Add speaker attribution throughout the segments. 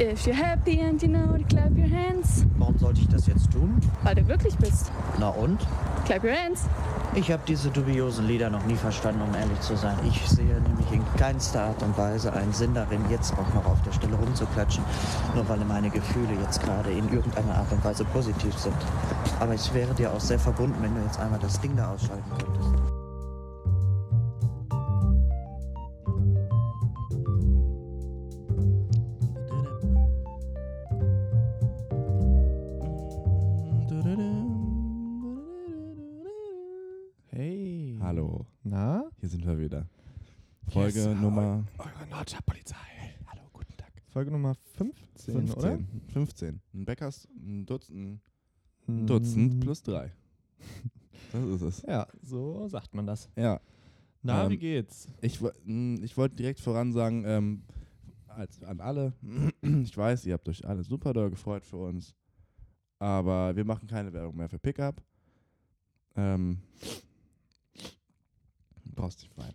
Speaker 1: If you're happy and you know it, clap your hands.
Speaker 2: Warum sollte ich das jetzt tun?
Speaker 1: Weil du glücklich bist.
Speaker 2: Na und?
Speaker 1: Clap your hands.
Speaker 2: Ich habe diese dubiosen Lieder noch nie verstanden, um ehrlich zu sein. Ich sehe nämlich in keinster Art und Weise einen Sinn darin, jetzt auch noch auf der Stelle rumzuklatschen, nur weil meine Gefühle jetzt gerade in irgendeiner Art und Weise positiv sind. Aber ich wäre dir auch sehr verbunden, wenn du jetzt einmal das Ding da ausschalten könntest.
Speaker 3: Hey.
Speaker 4: Hallo,
Speaker 3: Na?
Speaker 4: hier sind wir wieder. Folge Nummer
Speaker 3: Eure Nordschap-Polizei. hallo, guten Tag. Folge Nummer 15,
Speaker 4: 15.
Speaker 3: oder?
Speaker 4: 15. Ein Bäckers, ein Dutzend,
Speaker 3: Hm.
Speaker 4: ein Dutzend plus drei. Das ist es.
Speaker 3: Ja, so sagt man das.
Speaker 4: Ja,
Speaker 3: Na,
Speaker 4: Ähm,
Speaker 3: wie geht's?
Speaker 4: ich, wo- mh, ich wollte direkt voran sagen, ähm, als, an alle, ich weiß, ihr habt euch alle super doll gefreut für uns, aber wir machen keine Werbung mehr für Pickup. Ähm, du brauchst nicht weinen.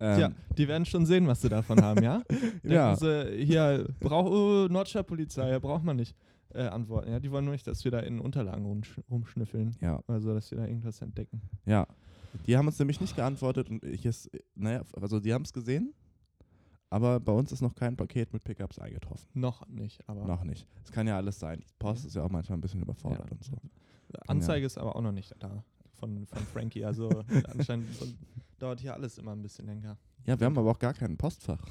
Speaker 4: Ähm,
Speaker 3: Tja, die werden schon sehen, was sie davon haben, ja? Denken
Speaker 4: ja.
Speaker 3: Sie, hier, braucht oh, Nordschap-Polizei, ja, braucht man nicht. Äh, antworten, ja? Die wollen nur nicht, dass wir da in Unterlagen rumsch rumschnüffeln.
Speaker 4: ja,
Speaker 3: Also, dass wir da irgendwas entdecken.
Speaker 4: Ja. Die haben uns nämlich nicht geantwortet und ich ist, naja, also die haben es gesehen, aber bei uns ist noch kein Paket mit Pickups eingetroffen.
Speaker 3: Noch nicht, aber.
Speaker 4: Noch nicht. Es kann ja alles sein. Die Post ist ja auch manchmal ein bisschen überfordert und so.
Speaker 3: Anzeige ist aber auch noch nicht da von, von Frankie. Also anscheinend so, dauert hier alles immer ein bisschen länger.
Speaker 4: Ja, wir haben aber auch gar kein Postfach.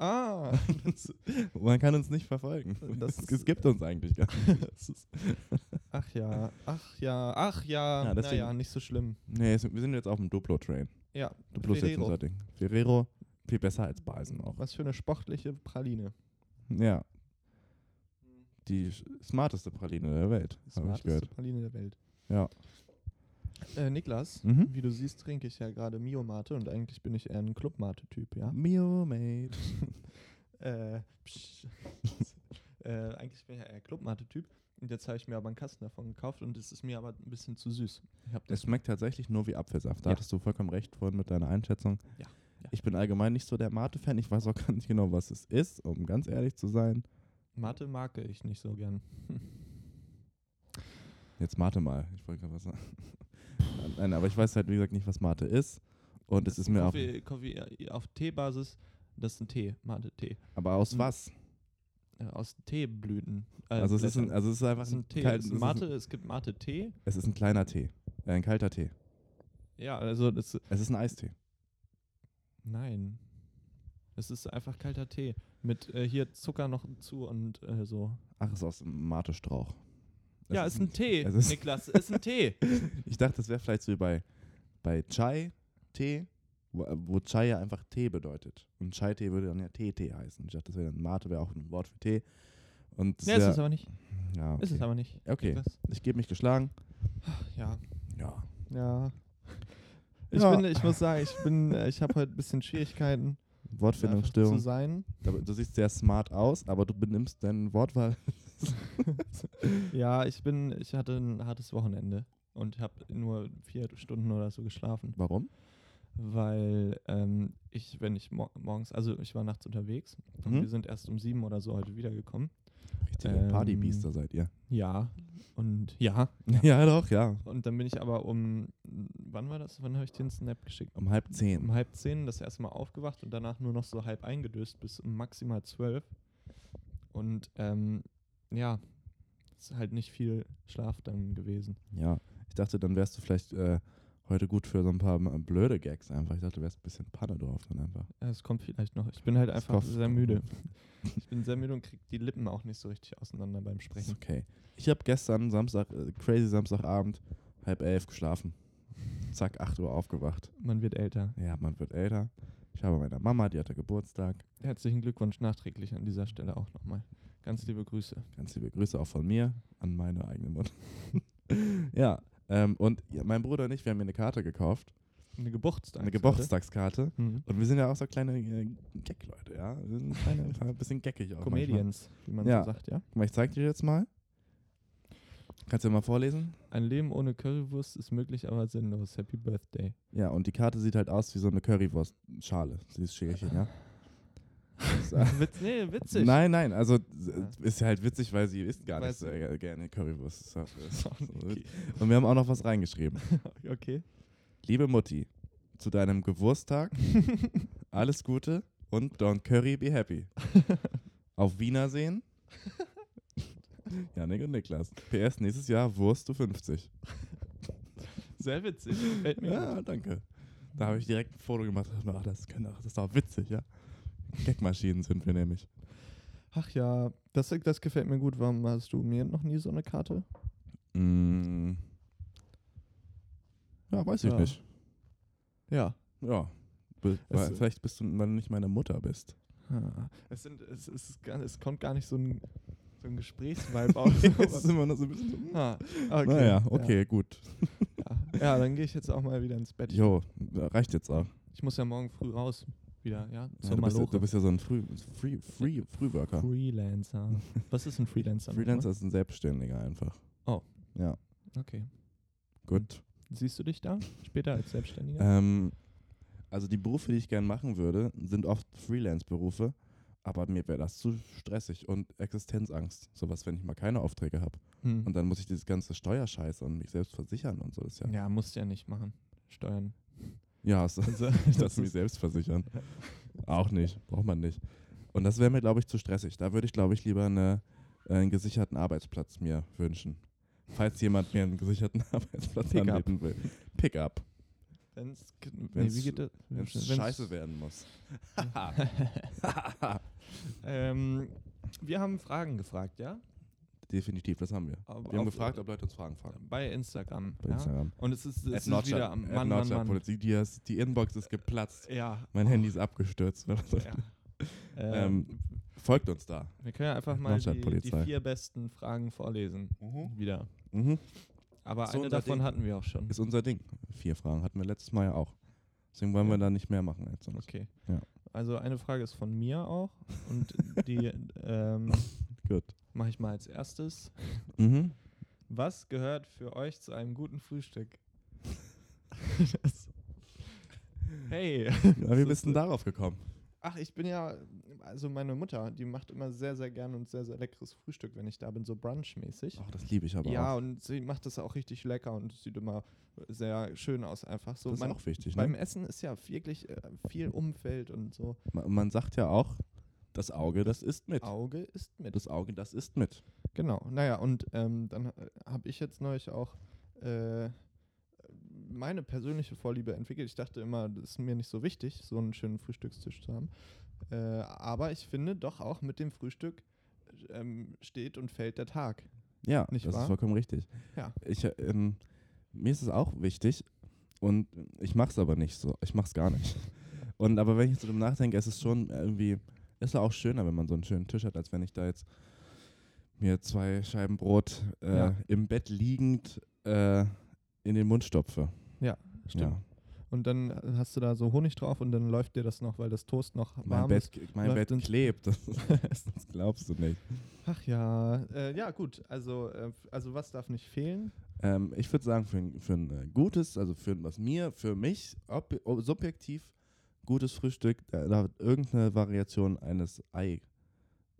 Speaker 3: Ah, das,
Speaker 4: Man kann uns nicht verfolgen.
Speaker 3: Das
Speaker 4: es,
Speaker 3: ist-
Speaker 4: gibt uns eigentlich gar nicht.
Speaker 3: das ist, ach ja, ach ja, ach ja.
Speaker 4: Ja, deswegen-
Speaker 3: naja, nicht so schlimm.
Speaker 4: Nee, es- wir sind jetzt auf dem Duplo-Train.
Speaker 3: Ja,
Speaker 4: Duplo ist jetzt
Speaker 3: Ferrero.
Speaker 4: unser Ding. Ferrero, viel besser als Beisen auch.
Speaker 3: was für eine sportliche Praline.
Speaker 4: Ja. Die sch- smarteste Praline der Welt, habe ich
Speaker 3: Smarteste
Speaker 4: gehört.
Speaker 3: Praline der Welt.
Speaker 4: Ja.
Speaker 3: Äh, Niklas,
Speaker 4: Mhm.
Speaker 3: wie du siehst, trinke ich ja gerade Mio-Mate und eigentlich bin ich eher ein Club-Mate-Typ, ja?
Speaker 4: Mio Mate.
Speaker 3: Äh, psch, äh, eigentlich bin ich ja eher Clubmate-Typ. Und jetzt habe ich mir aber einen Kasten davon gekauft und es ist mir aber ein bisschen zu süß. Ich habe
Speaker 4: Es
Speaker 3: das.
Speaker 4: schmeckt tatsächlich nur wie Apfelsaft. Da
Speaker 3: Ja.
Speaker 4: hattest du vollkommen recht vorhin mit deiner Einschätzung.
Speaker 3: Ja, ja.
Speaker 4: Ich bin allgemein nicht so der Mate-Fan. Ich weiß auch gar nicht genau, was es ist, um ganz ehrlich zu sein.
Speaker 3: Mate mag ich nicht so gern.
Speaker 4: Jetzt Mate mal. Ich wollte gerade was sagen. Nein, aber ich weiß halt, wie gesagt, nicht, was Mate ist. Und es ist mir auch.
Speaker 3: Kaffee, Kaffee auf Teebasis, das ist ein Tee, Mate-Tee.
Speaker 4: Aber aus
Speaker 3: Mhm.
Speaker 4: was?
Speaker 3: Äh, aus Teeblüten. äh,
Speaker 4: Also es, ist ein,
Speaker 3: Blättern.
Speaker 4: also es ist einfach
Speaker 3: Das ist ein Tee.
Speaker 4: kal-
Speaker 3: es,
Speaker 4: es,
Speaker 3: ist ein Mate, es gibt Mate-Tee.
Speaker 4: es ist ein kleiner Tee. Äh, ein kalter Tee.
Speaker 3: Ja, also das.
Speaker 4: Es ist ein Eistee.
Speaker 3: Nein. Es ist einfach kalter Tee. Mit äh, hier Zucker noch zu und äh, so.
Speaker 4: Ach, es ist aus einem Mate-Strauch. Es
Speaker 3: ja, ist ein Tee,
Speaker 4: es ist-
Speaker 3: Niklas, ist ein Tee.
Speaker 4: Ich dachte, das wäre vielleicht so wie bei, bei Chai, Tee, wo, wo Chai ja einfach Tee bedeutet. Und Chai-Tee würde dann ja Tee-Tee heißen. Ich dachte, das wäre dann Mate, wäre auch ein Wort für Tee. Und das
Speaker 3: Ja, ist
Speaker 4: wär-
Speaker 3: es aber nicht.
Speaker 4: ja, okay.
Speaker 3: Ist es aber nicht.
Speaker 4: Okay.
Speaker 3: Niklas.
Speaker 4: Ich gebe mich geschlagen.
Speaker 3: Ja.
Speaker 4: Ja.
Speaker 3: Ja. Ich,
Speaker 4: Ja.
Speaker 3: Bin, ich muss sagen, ich bin, äh, ich habe heute ein bisschen Schwierigkeiten, einfach zu
Speaker 4: Wortfindungsstörung.
Speaker 3: sein.
Speaker 4: Aber Du siehst sehr smart aus, aber du benimmst deine Wortwahl.
Speaker 3: Ja, ich bin, ich hatte ein hartes Wochenende und habe nur vier Stunden oder so geschlafen,
Speaker 4: Warum?
Speaker 3: weil ähm, ich, wenn ich mor morgens, also ich war nachts unterwegs und
Speaker 4: Mhm.
Speaker 3: wir sind erst um sieben oder so heute wiedergekommen.
Speaker 4: Richtige
Speaker 3: Ähm,
Speaker 4: Partybiester seid ihr.
Speaker 3: Ja. Und ja.
Speaker 4: Ja. doch, ja.
Speaker 3: Und dann bin ich aber um, wann war das? Wann habe ich dir einen Snap geschickt?
Speaker 4: Um halb zehn.
Speaker 3: um halb zehn das erste Mal aufgewacht und danach nur noch so halb eingedöst bis um maximal zwölf. Und ähm, ja, ist halt nicht viel Schlaf dann gewesen.
Speaker 4: ja. Ich dachte, dann wärst du vielleicht äh, heute gut für so ein paar äh, blöde Gags einfach. Ich dachte, du wärst ein bisschen Panne drauf dann einfach.
Speaker 3: Ja, Es kommt vielleicht noch. Ich bin halt
Speaker 4: Es
Speaker 3: einfach
Speaker 4: kommt-
Speaker 3: sehr müde. Ich bin sehr müde und krieg die Lippen auch nicht so richtig auseinander beim
Speaker 4: Ist
Speaker 3: Sprechen.
Speaker 4: okay. Ich habe gestern Samstag, äh, crazy Samstagabend, halb elf geschlafen. Zack, 8 Uhr aufgewacht.
Speaker 3: Man wird älter.
Speaker 4: Ja, man wird älter. Ich habe meine Mama, die hatte Geburtstag.
Speaker 3: Herzlichen Glückwunsch nachträglich an dieser Stelle auch nochmal. Ganz liebe Grüße.
Speaker 4: Ganz liebe Grüße auch von mir an meine eigene Mutter. ja, ähm, und ja, mein Bruder und ich, wir haben mir eine Karte gekauft.
Speaker 3: Eine Geburtstag.
Speaker 4: Eine Geburtstagskarte.
Speaker 3: Hm.
Speaker 4: Und wir sind ja auch so kleine äh, Gag-Leute, ja. Wir sind kleine, ein bisschen geckig auch. Oh, manchmal.
Speaker 3: Comedians, wie man
Speaker 4: Ja.
Speaker 3: so sagt, ja.
Speaker 4: Guck mal, ich zeig dir jetzt mal. Kannst du mal vorlesen?
Speaker 3: Ein Leben ohne Currywurst ist möglich, aber sinnlos. Happy Birthday.
Speaker 4: Ja, und die Karte sieht halt aus wie so eine Currywurst-Schale. Sie ist Schälchen, ja.
Speaker 3: Witz, nee, witzig.
Speaker 4: Nein, nein, also s-
Speaker 3: Ja.
Speaker 4: ist halt witzig, weil sie isst gar
Speaker 3: Weil
Speaker 4: nicht so
Speaker 3: sie-
Speaker 4: ge- gerne Currywurst. Ist auch- ist auch so
Speaker 3: Okay.
Speaker 4: witz- Und wir haben auch noch was reingeschrieben.
Speaker 3: Okay.
Speaker 4: Liebe Mutti, zu deinem Geburtstag alles Gute und Don Curry be happy. Auf Wienersehen. Janik und Niklas. PS, nächstes Jahr Wurst du 50.
Speaker 3: Sehr witzig. Gefällt mir
Speaker 4: Ja,
Speaker 3: gut.
Speaker 4: danke. Da habe ich direkt ein Foto gemacht. Dachte mir, Ach, das, kann, ach, das ist doch witzig, ja. Gagmaschinen sind wir nämlich.
Speaker 3: Ach ja, das, das gefällt mir gut. Warum hast du mir noch nie so eine Karte?
Speaker 4: Mm. Ja, weiß ich
Speaker 3: Ja.
Speaker 4: nicht.
Speaker 3: Ja.
Speaker 4: Ja. Be weil
Speaker 3: Es-
Speaker 4: vielleicht bist du, weil du nicht meine Mutter bist. Ah.
Speaker 3: Es, sind, es, es, ist gar, es kommt gar nicht so ein, so ein Gesprächsvibe aus.
Speaker 4: Es ist immer nur so ein bisschen. so,
Speaker 3: ah, okay.
Speaker 4: Naja, okay, gut.
Speaker 3: Ja, ja. ja dann gehe ich jetzt auch mal wieder ins Bett.
Speaker 4: Jo, reicht jetzt auch.
Speaker 3: Ich muss ja morgen früh raus. Wieder, ja?
Speaker 4: Ja, du, bist ja, du bist ja so ein Früh, Free, Free, Frühworker.
Speaker 3: Freelancer. Was ist ein Freelancer? nochmal?
Speaker 4: Freelancer ist ein Selbstständiger einfach.
Speaker 3: Oh.
Speaker 4: Ja,
Speaker 3: Okay.
Speaker 4: gut.
Speaker 3: Siehst du dich da später als Selbstständiger?
Speaker 4: Ähm, also die Berufe, die ich gerne machen würde, sind oft Freelance-Berufe, aber mir wäre das zu stressig und Existenzangst. Sowas, wenn ich mal keine Aufträge habe.
Speaker 3: Hm.
Speaker 4: Und dann muss ich dieses ganze Steuerscheiß und mich selbst versichern und so. Das ist ja,
Speaker 3: ja. musst du ja nicht machen. Steuern.
Speaker 4: ja es-
Speaker 3: Also,
Speaker 4: ich lasse mich selbst versichern. Auch nicht, braucht man nicht. Und das wäre mir, glaube ich, zu stressig. Da würde ich, glaube ich, lieber eine, äh, einen gesicherten Arbeitsplatz mir wünschen. Falls jemand mir einen gesicherten Arbeitsplatz
Speaker 3: Pickup.
Speaker 4: anbieten will. Pickup,
Speaker 3: Wenn's, k- nee,
Speaker 4: Wenn's-
Speaker 3: wie geht das?
Speaker 4: wenn es
Speaker 3: Wenn's-
Speaker 4: scheiße werden muss.
Speaker 3: ähm, wir haben Fragen gefragt, ja?
Speaker 4: Definitiv, das haben wir.
Speaker 3: Auf-
Speaker 4: wir haben
Speaker 3: auf-
Speaker 4: gefragt, ob Leute uns Fragen fragen.
Speaker 3: Bei Instagram.
Speaker 4: Bei
Speaker 3: ja?
Speaker 4: Instagram.
Speaker 3: Und es ist,
Speaker 4: At
Speaker 3: es ist
Speaker 4: Nordstadt-
Speaker 3: wieder am
Speaker 4: at
Speaker 3: Mann, Mann,
Speaker 4: Nordstadt
Speaker 3: Mann.
Speaker 4: Politik. Die, ist- die Inbox ist geplatzt.
Speaker 3: Ja.
Speaker 4: Mein Handy ist abgestürzt.
Speaker 3: ja. ähm,
Speaker 4: Ähm, Folgt uns da.
Speaker 3: wir können ja einfach
Speaker 4: at
Speaker 3: mal die, die
Speaker 4: Nordstadtpolizei.
Speaker 3: vier besten Fragen vorlesen. Wieder.
Speaker 4: Mhm.
Speaker 3: Aber
Speaker 4: So
Speaker 3: eine
Speaker 4: unser
Speaker 3: davon
Speaker 4: Ding.
Speaker 3: hatten wir auch schon.
Speaker 4: Ist unser Ding. Vier Fragen hatten wir letztes Mal ja auch. Deswegen wollen wir da nicht mehr machen als sonst.
Speaker 3: Okay.
Speaker 4: Ja.
Speaker 3: Also eine Frage ist von mir auch. Und die ähm,
Speaker 4: Gut.
Speaker 3: mache ich mal als erstes.
Speaker 4: Mhm.
Speaker 3: Was gehört für euch zu einem guten Frühstück? Das- hey.
Speaker 4: Ja, wie bist du denn darauf gekommen?
Speaker 3: Ach, ich bin ja, also meine Mutter, die macht immer sehr, sehr gerne und sehr, sehr leckeres Frühstück, wenn ich da bin, so brunchmäßig.
Speaker 4: Ach, das liebe ich aber
Speaker 3: Ja,
Speaker 4: auch.
Speaker 3: und sie macht das auch richtig lecker und es sieht immer sehr schön aus, einfach so.
Speaker 4: Das ist
Speaker 3: Man-
Speaker 4: auch wichtig.
Speaker 3: beim
Speaker 4: Ne?
Speaker 3: Essen ist ja wirklich äh, viel Umfeld und so.
Speaker 4: Man, man sagt ja auch, das Auge, das ist mit.
Speaker 3: Auge ist mit.
Speaker 4: Das Auge, das ist mit.
Speaker 3: Genau, naja, und ähm, dann habe ich jetzt neulich auch äh, meine persönliche Vorliebe entwickelt. Ich dachte immer, das ist mir nicht so wichtig, so einen schönen Frühstückstisch zu haben. Äh, aber ich finde doch auch mit dem Frühstück ähm, steht und fällt der Tag.
Speaker 4: Ja,
Speaker 3: Nicht
Speaker 4: das
Speaker 3: wahr?
Speaker 4: ist vollkommen richtig.
Speaker 3: Ja.
Speaker 4: Ich, äh, ähm, mir ist es auch wichtig und ich mache es aber nicht so. Ich mache es gar nicht. Und aber wenn ich so drüber nachdenke, es ist schon irgendwie, ist ja auch schöner, wenn man so einen schönen Tisch hat, als wenn ich da jetzt mir zwei Scheiben Brot äh,
Speaker 3: Ja.
Speaker 4: im Bett liegend äh, in den Mund stopfe.
Speaker 3: Ja, stimmt.
Speaker 4: Ja.
Speaker 3: Und dann äh, hast du da so Honig drauf und dann läuft dir das noch, weil das Toast noch
Speaker 4: Mein
Speaker 3: warm
Speaker 4: Bett,
Speaker 3: ist.
Speaker 4: mein
Speaker 3: läuft
Speaker 4: Bett
Speaker 3: ins-
Speaker 4: klebt. Das, das glaubst du nicht.
Speaker 3: Ach ja, äh, ja gut, also, äh, also was darf nicht fehlen?
Speaker 4: Ähm, ich würde sagen, für ein, für ein äh, gutes, also für ein- was mir, für mich ob, ob, subjektiv gutes Frühstück, da, da irgendeine Variation eines Ei,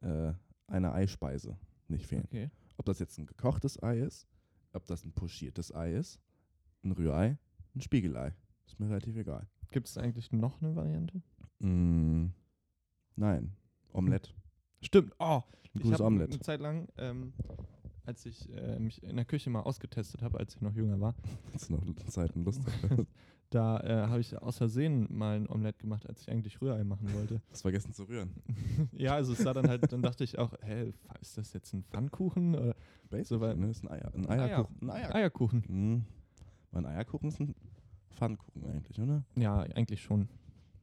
Speaker 4: äh, einer Eispeise nicht fehlen.
Speaker 3: Okay.
Speaker 4: Ob das jetzt ein gekochtes Ei ist, ob das ein pochiertes Ei ist, ein Rührei, ein Spiegelei. Ist mir relativ egal.
Speaker 3: Gibt es eigentlich noch eine Variante?
Speaker 4: Mm, nein, Omelette.
Speaker 3: Stimmt, oh,
Speaker 4: Ein
Speaker 3: ich
Speaker 4: gutes
Speaker 3: habe
Speaker 4: Omelette.
Speaker 3: eine Zeit lang, ähm, als ich äh, mich in der Küche mal ausgetestet habe, als ich noch jünger war,
Speaker 4: Das ist noch Zeiten lustig.
Speaker 3: da äh, habe ich aus Versehen mal ein Omelett gemacht, als ich eigentlich Rührei machen wollte.
Speaker 4: Das vergessen zu rühren.
Speaker 3: ja, also es sah dann halt, dann dachte ich auch, hä, ist das jetzt ein Pfannkuchen oder
Speaker 4: Basic,
Speaker 3: weil-
Speaker 4: ne? Ist ein, Eier, ein
Speaker 3: Eier.
Speaker 4: Eierkuchen. Ein Eierkuchen.
Speaker 3: Eierkuchen?
Speaker 4: Mhm. Mein Eierkuchen ist ein Pfannkuchen eigentlich, oder?
Speaker 3: Ja, eigentlich schon.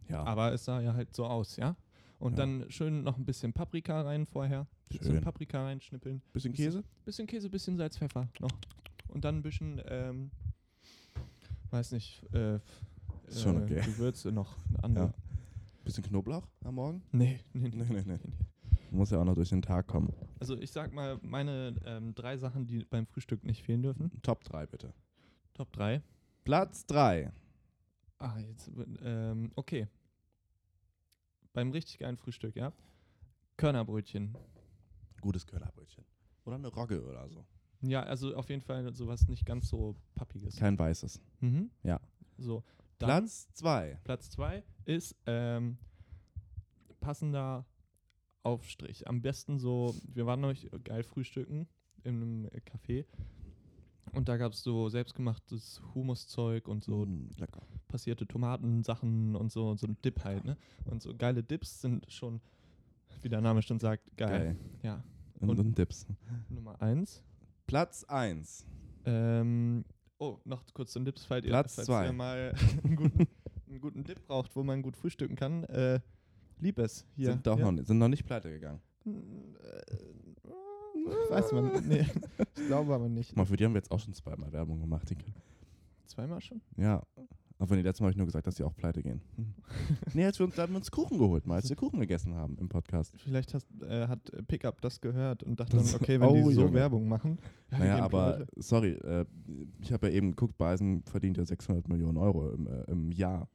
Speaker 4: Ja.
Speaker 3: Aber es sah ja halt so aus, ja? Und
Speaker 4: Ja.
Speaker 3: dann schön noch ein bisschen Paprika rein vorher. Bisschen
Speaker 4: Schön.
Speaker 3: Paprika reinschnippeln.
Speaker 4: bisschen
Speaker 3: Käse?
Speaker 4: Käse?
Speaker 3: Bisschen Käse, bisschen Salz, Pfeffer noch. Und dann ein bisschen, ähm, weiß nicht, äh,
Speaker 4: Ist schon
Speaker 3: äh,
Speaker 4: okay.
Speaker 3: Gewürze noch. Eine andere.
Speaker 4: Ja. Bisschen Knoblauch am Morgen?
Speaker 3: Nee, nee, nee.
Speaker 4: Nee, nee, nee. Muss ja auch noch durch den Tag kommen.
Speaker 3: Also ich sag mal, meine ähm, drei Sachen, die beim Frühstück nicht fehlen dürfen.
Speaker 4: Mhm. Top 3 bitte.
Speaker 3: Top 3.
Speaker 4: Platz 3.
Speaker 3: Ah, jetzt, ähm, okay. beim richtig geilen Frühstück, ja? Körnerbrötchen.
Speaker 4: Gutes Körnerbrötchen. Oder eine Rogge oder so.
Speaker 3: Ja, also auf jeden Fall sowas nicht ganz so pappiges.
Speaker 4: Kein weißes.
Speaker 3: Mhm.
Speaker 4: Ja.
Speaker 3: So, dann
Speaker 4: Platz 2.
Speaker 3: Platz zwei ist ähm, passender Aufstrich. Am besten so, wir waren neulich geil frühstücken in einem äh, Café und da gab es so selbstgemachtes Humuszeug und
Speaker 4: Mhm.
Speaker 3: so
Speaker 4: lecker.
Speaker 3: passierte Tomatensachen und so, so ein Dip halt, ne? Und so geile Dips sind schon, wie der Name schon sagt, geil.
Speaker 4: Geil.
Speaker 3: Ja,
Speaker 4: Äh, Und,
Speaker 3: Und-
Speaker 4: und, Dips.
Speaker 3: Nummer eins.
Speaker 4: Platz 1.
Speaker 3: Ähm, oh, noch kurz zum Dips, falls,
Speaker 4: Platz
Speaker 3: ihr, falls
Speaker 4: zwei.
Speaker 3: ihr mal einen guten, einen guten Dip braucht, wo man gut frühstücken kann. Äh, lieb es hier.
Speaker 4: Sind, doch
Speaker 3: ja.
Speaker 4: noch, ni- sind noch nicht pleite gegangen. Hm, äh,
Speaker 3: Weiß man. Nee, ich glaube aber nicht.
Speaker 4: Guck mal, für die haben wir jetzt auch schon zweimal Werbung gemacht. Dinkel.
Speaker 3: Zweimal schon?
Speaker 4: Ja. Aber nee, letztes Mal habe ich nur gesagt, dass die auch pleite gehen. nee, als wir uns, da haben wir uns Kuchen geholt, mal, als wir Kuchen gegessen haben im Podcast.
Speaker 3: Vielleicht hast, äh, hat Pickup das gehört und dachte dann,
Speaker 4: Das-
Speaker 3: okay, wenn
Speaker 4: Oh,
Speaker 3: die so
Speaker 4: Junge.
Speaker 3: Werbung machen. ja, wir
Speaker 4: Naja,
Speaker 3: gehen
Speaker 4: aber
Speaker 3: pleite.
Speaker 4: sorry, äh, ich habe ja eben geguckt, Beisen verdient ja 600 Millionen Euro im, äh, im Jahr.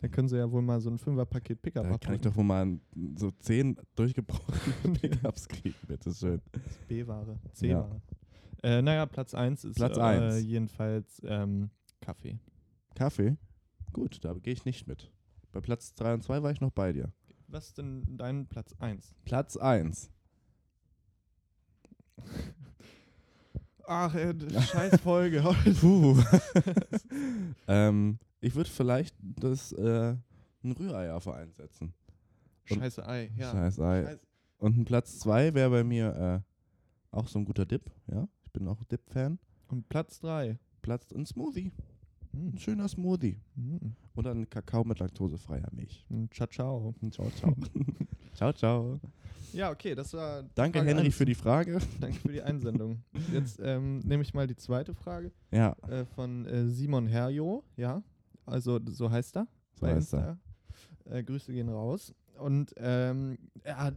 Speaker 3: Dann können sie ja wohl mal so ein Fünferpaket Pickup
Speaker 4: Da kann ich
Speaker 3: abholen.
Speaker 4: doch wohl mal ein- so 10 durchgebrochene Pickups kriegen, bitteschön.
Speaker 3: B-Ware, C-Ware.
Speaker 4: Ja.
Speaker 3: Äh, naja, Platz 1 ist
Speaker 4: Platz
Speaker 3: äh,
Speaker 4: eins.
Speaker 3: jedenfalls ähm, Kaffee.
Speaker 4: Kaffee? Gut, da gehe ich nicht mit. Bei Platz 3 und 2 war ich noch bei dir.
Speaker 3: Was ist denn dein Platz 1?
Speaker 4: Platz 1.
Speaker 3: Ach, äh, scheiß Folge heute.
Speaker 4: Puh. ähm, ich würde vielleicht das äh, ein Rührei auf eins setzen.
Speaker 3: Scheiße Ei, ja.
Speaker 4: Scheiß Ei.
Speaker 3: Scheiß-
Speaker 4: Und ein Platz 2 wäre bei mir äh, auch so ein guter Dip, ja. Ich bin auch Dip-Fan.
Speaker 3: Und Platz Hm, 3.
Speaker 4: Platz ein Smoothie. Ein schöner Smoothie. Oder ein Kakao mit laktosefreier Milch.
Speaker 3: hm, Ciao, ciao.
Speaker 4: Ciao, ciao. ciao, ciao.
Speaker 3: Ja, okay, das war. die
Speaker 4: Danke,
Speaker 3: Frage
Speaker 4: Henry,
Speaker 3: eins.
Speaker 4: für die Frage.
Speaker 3: Danke für die Einsendung. Jetzt ähm, nehme ich mal die zweite Frage
Speaker 4: Ja,
Speaker 3: äh, von äh, Simon Herjo, ja. Also, so heißt er.
Speaker 4: so
Speaker 3: bei
Speaker 4: heißt er.
Speaker 3: Insta. Äh, Grüße gehen raus. Und ähm, er hat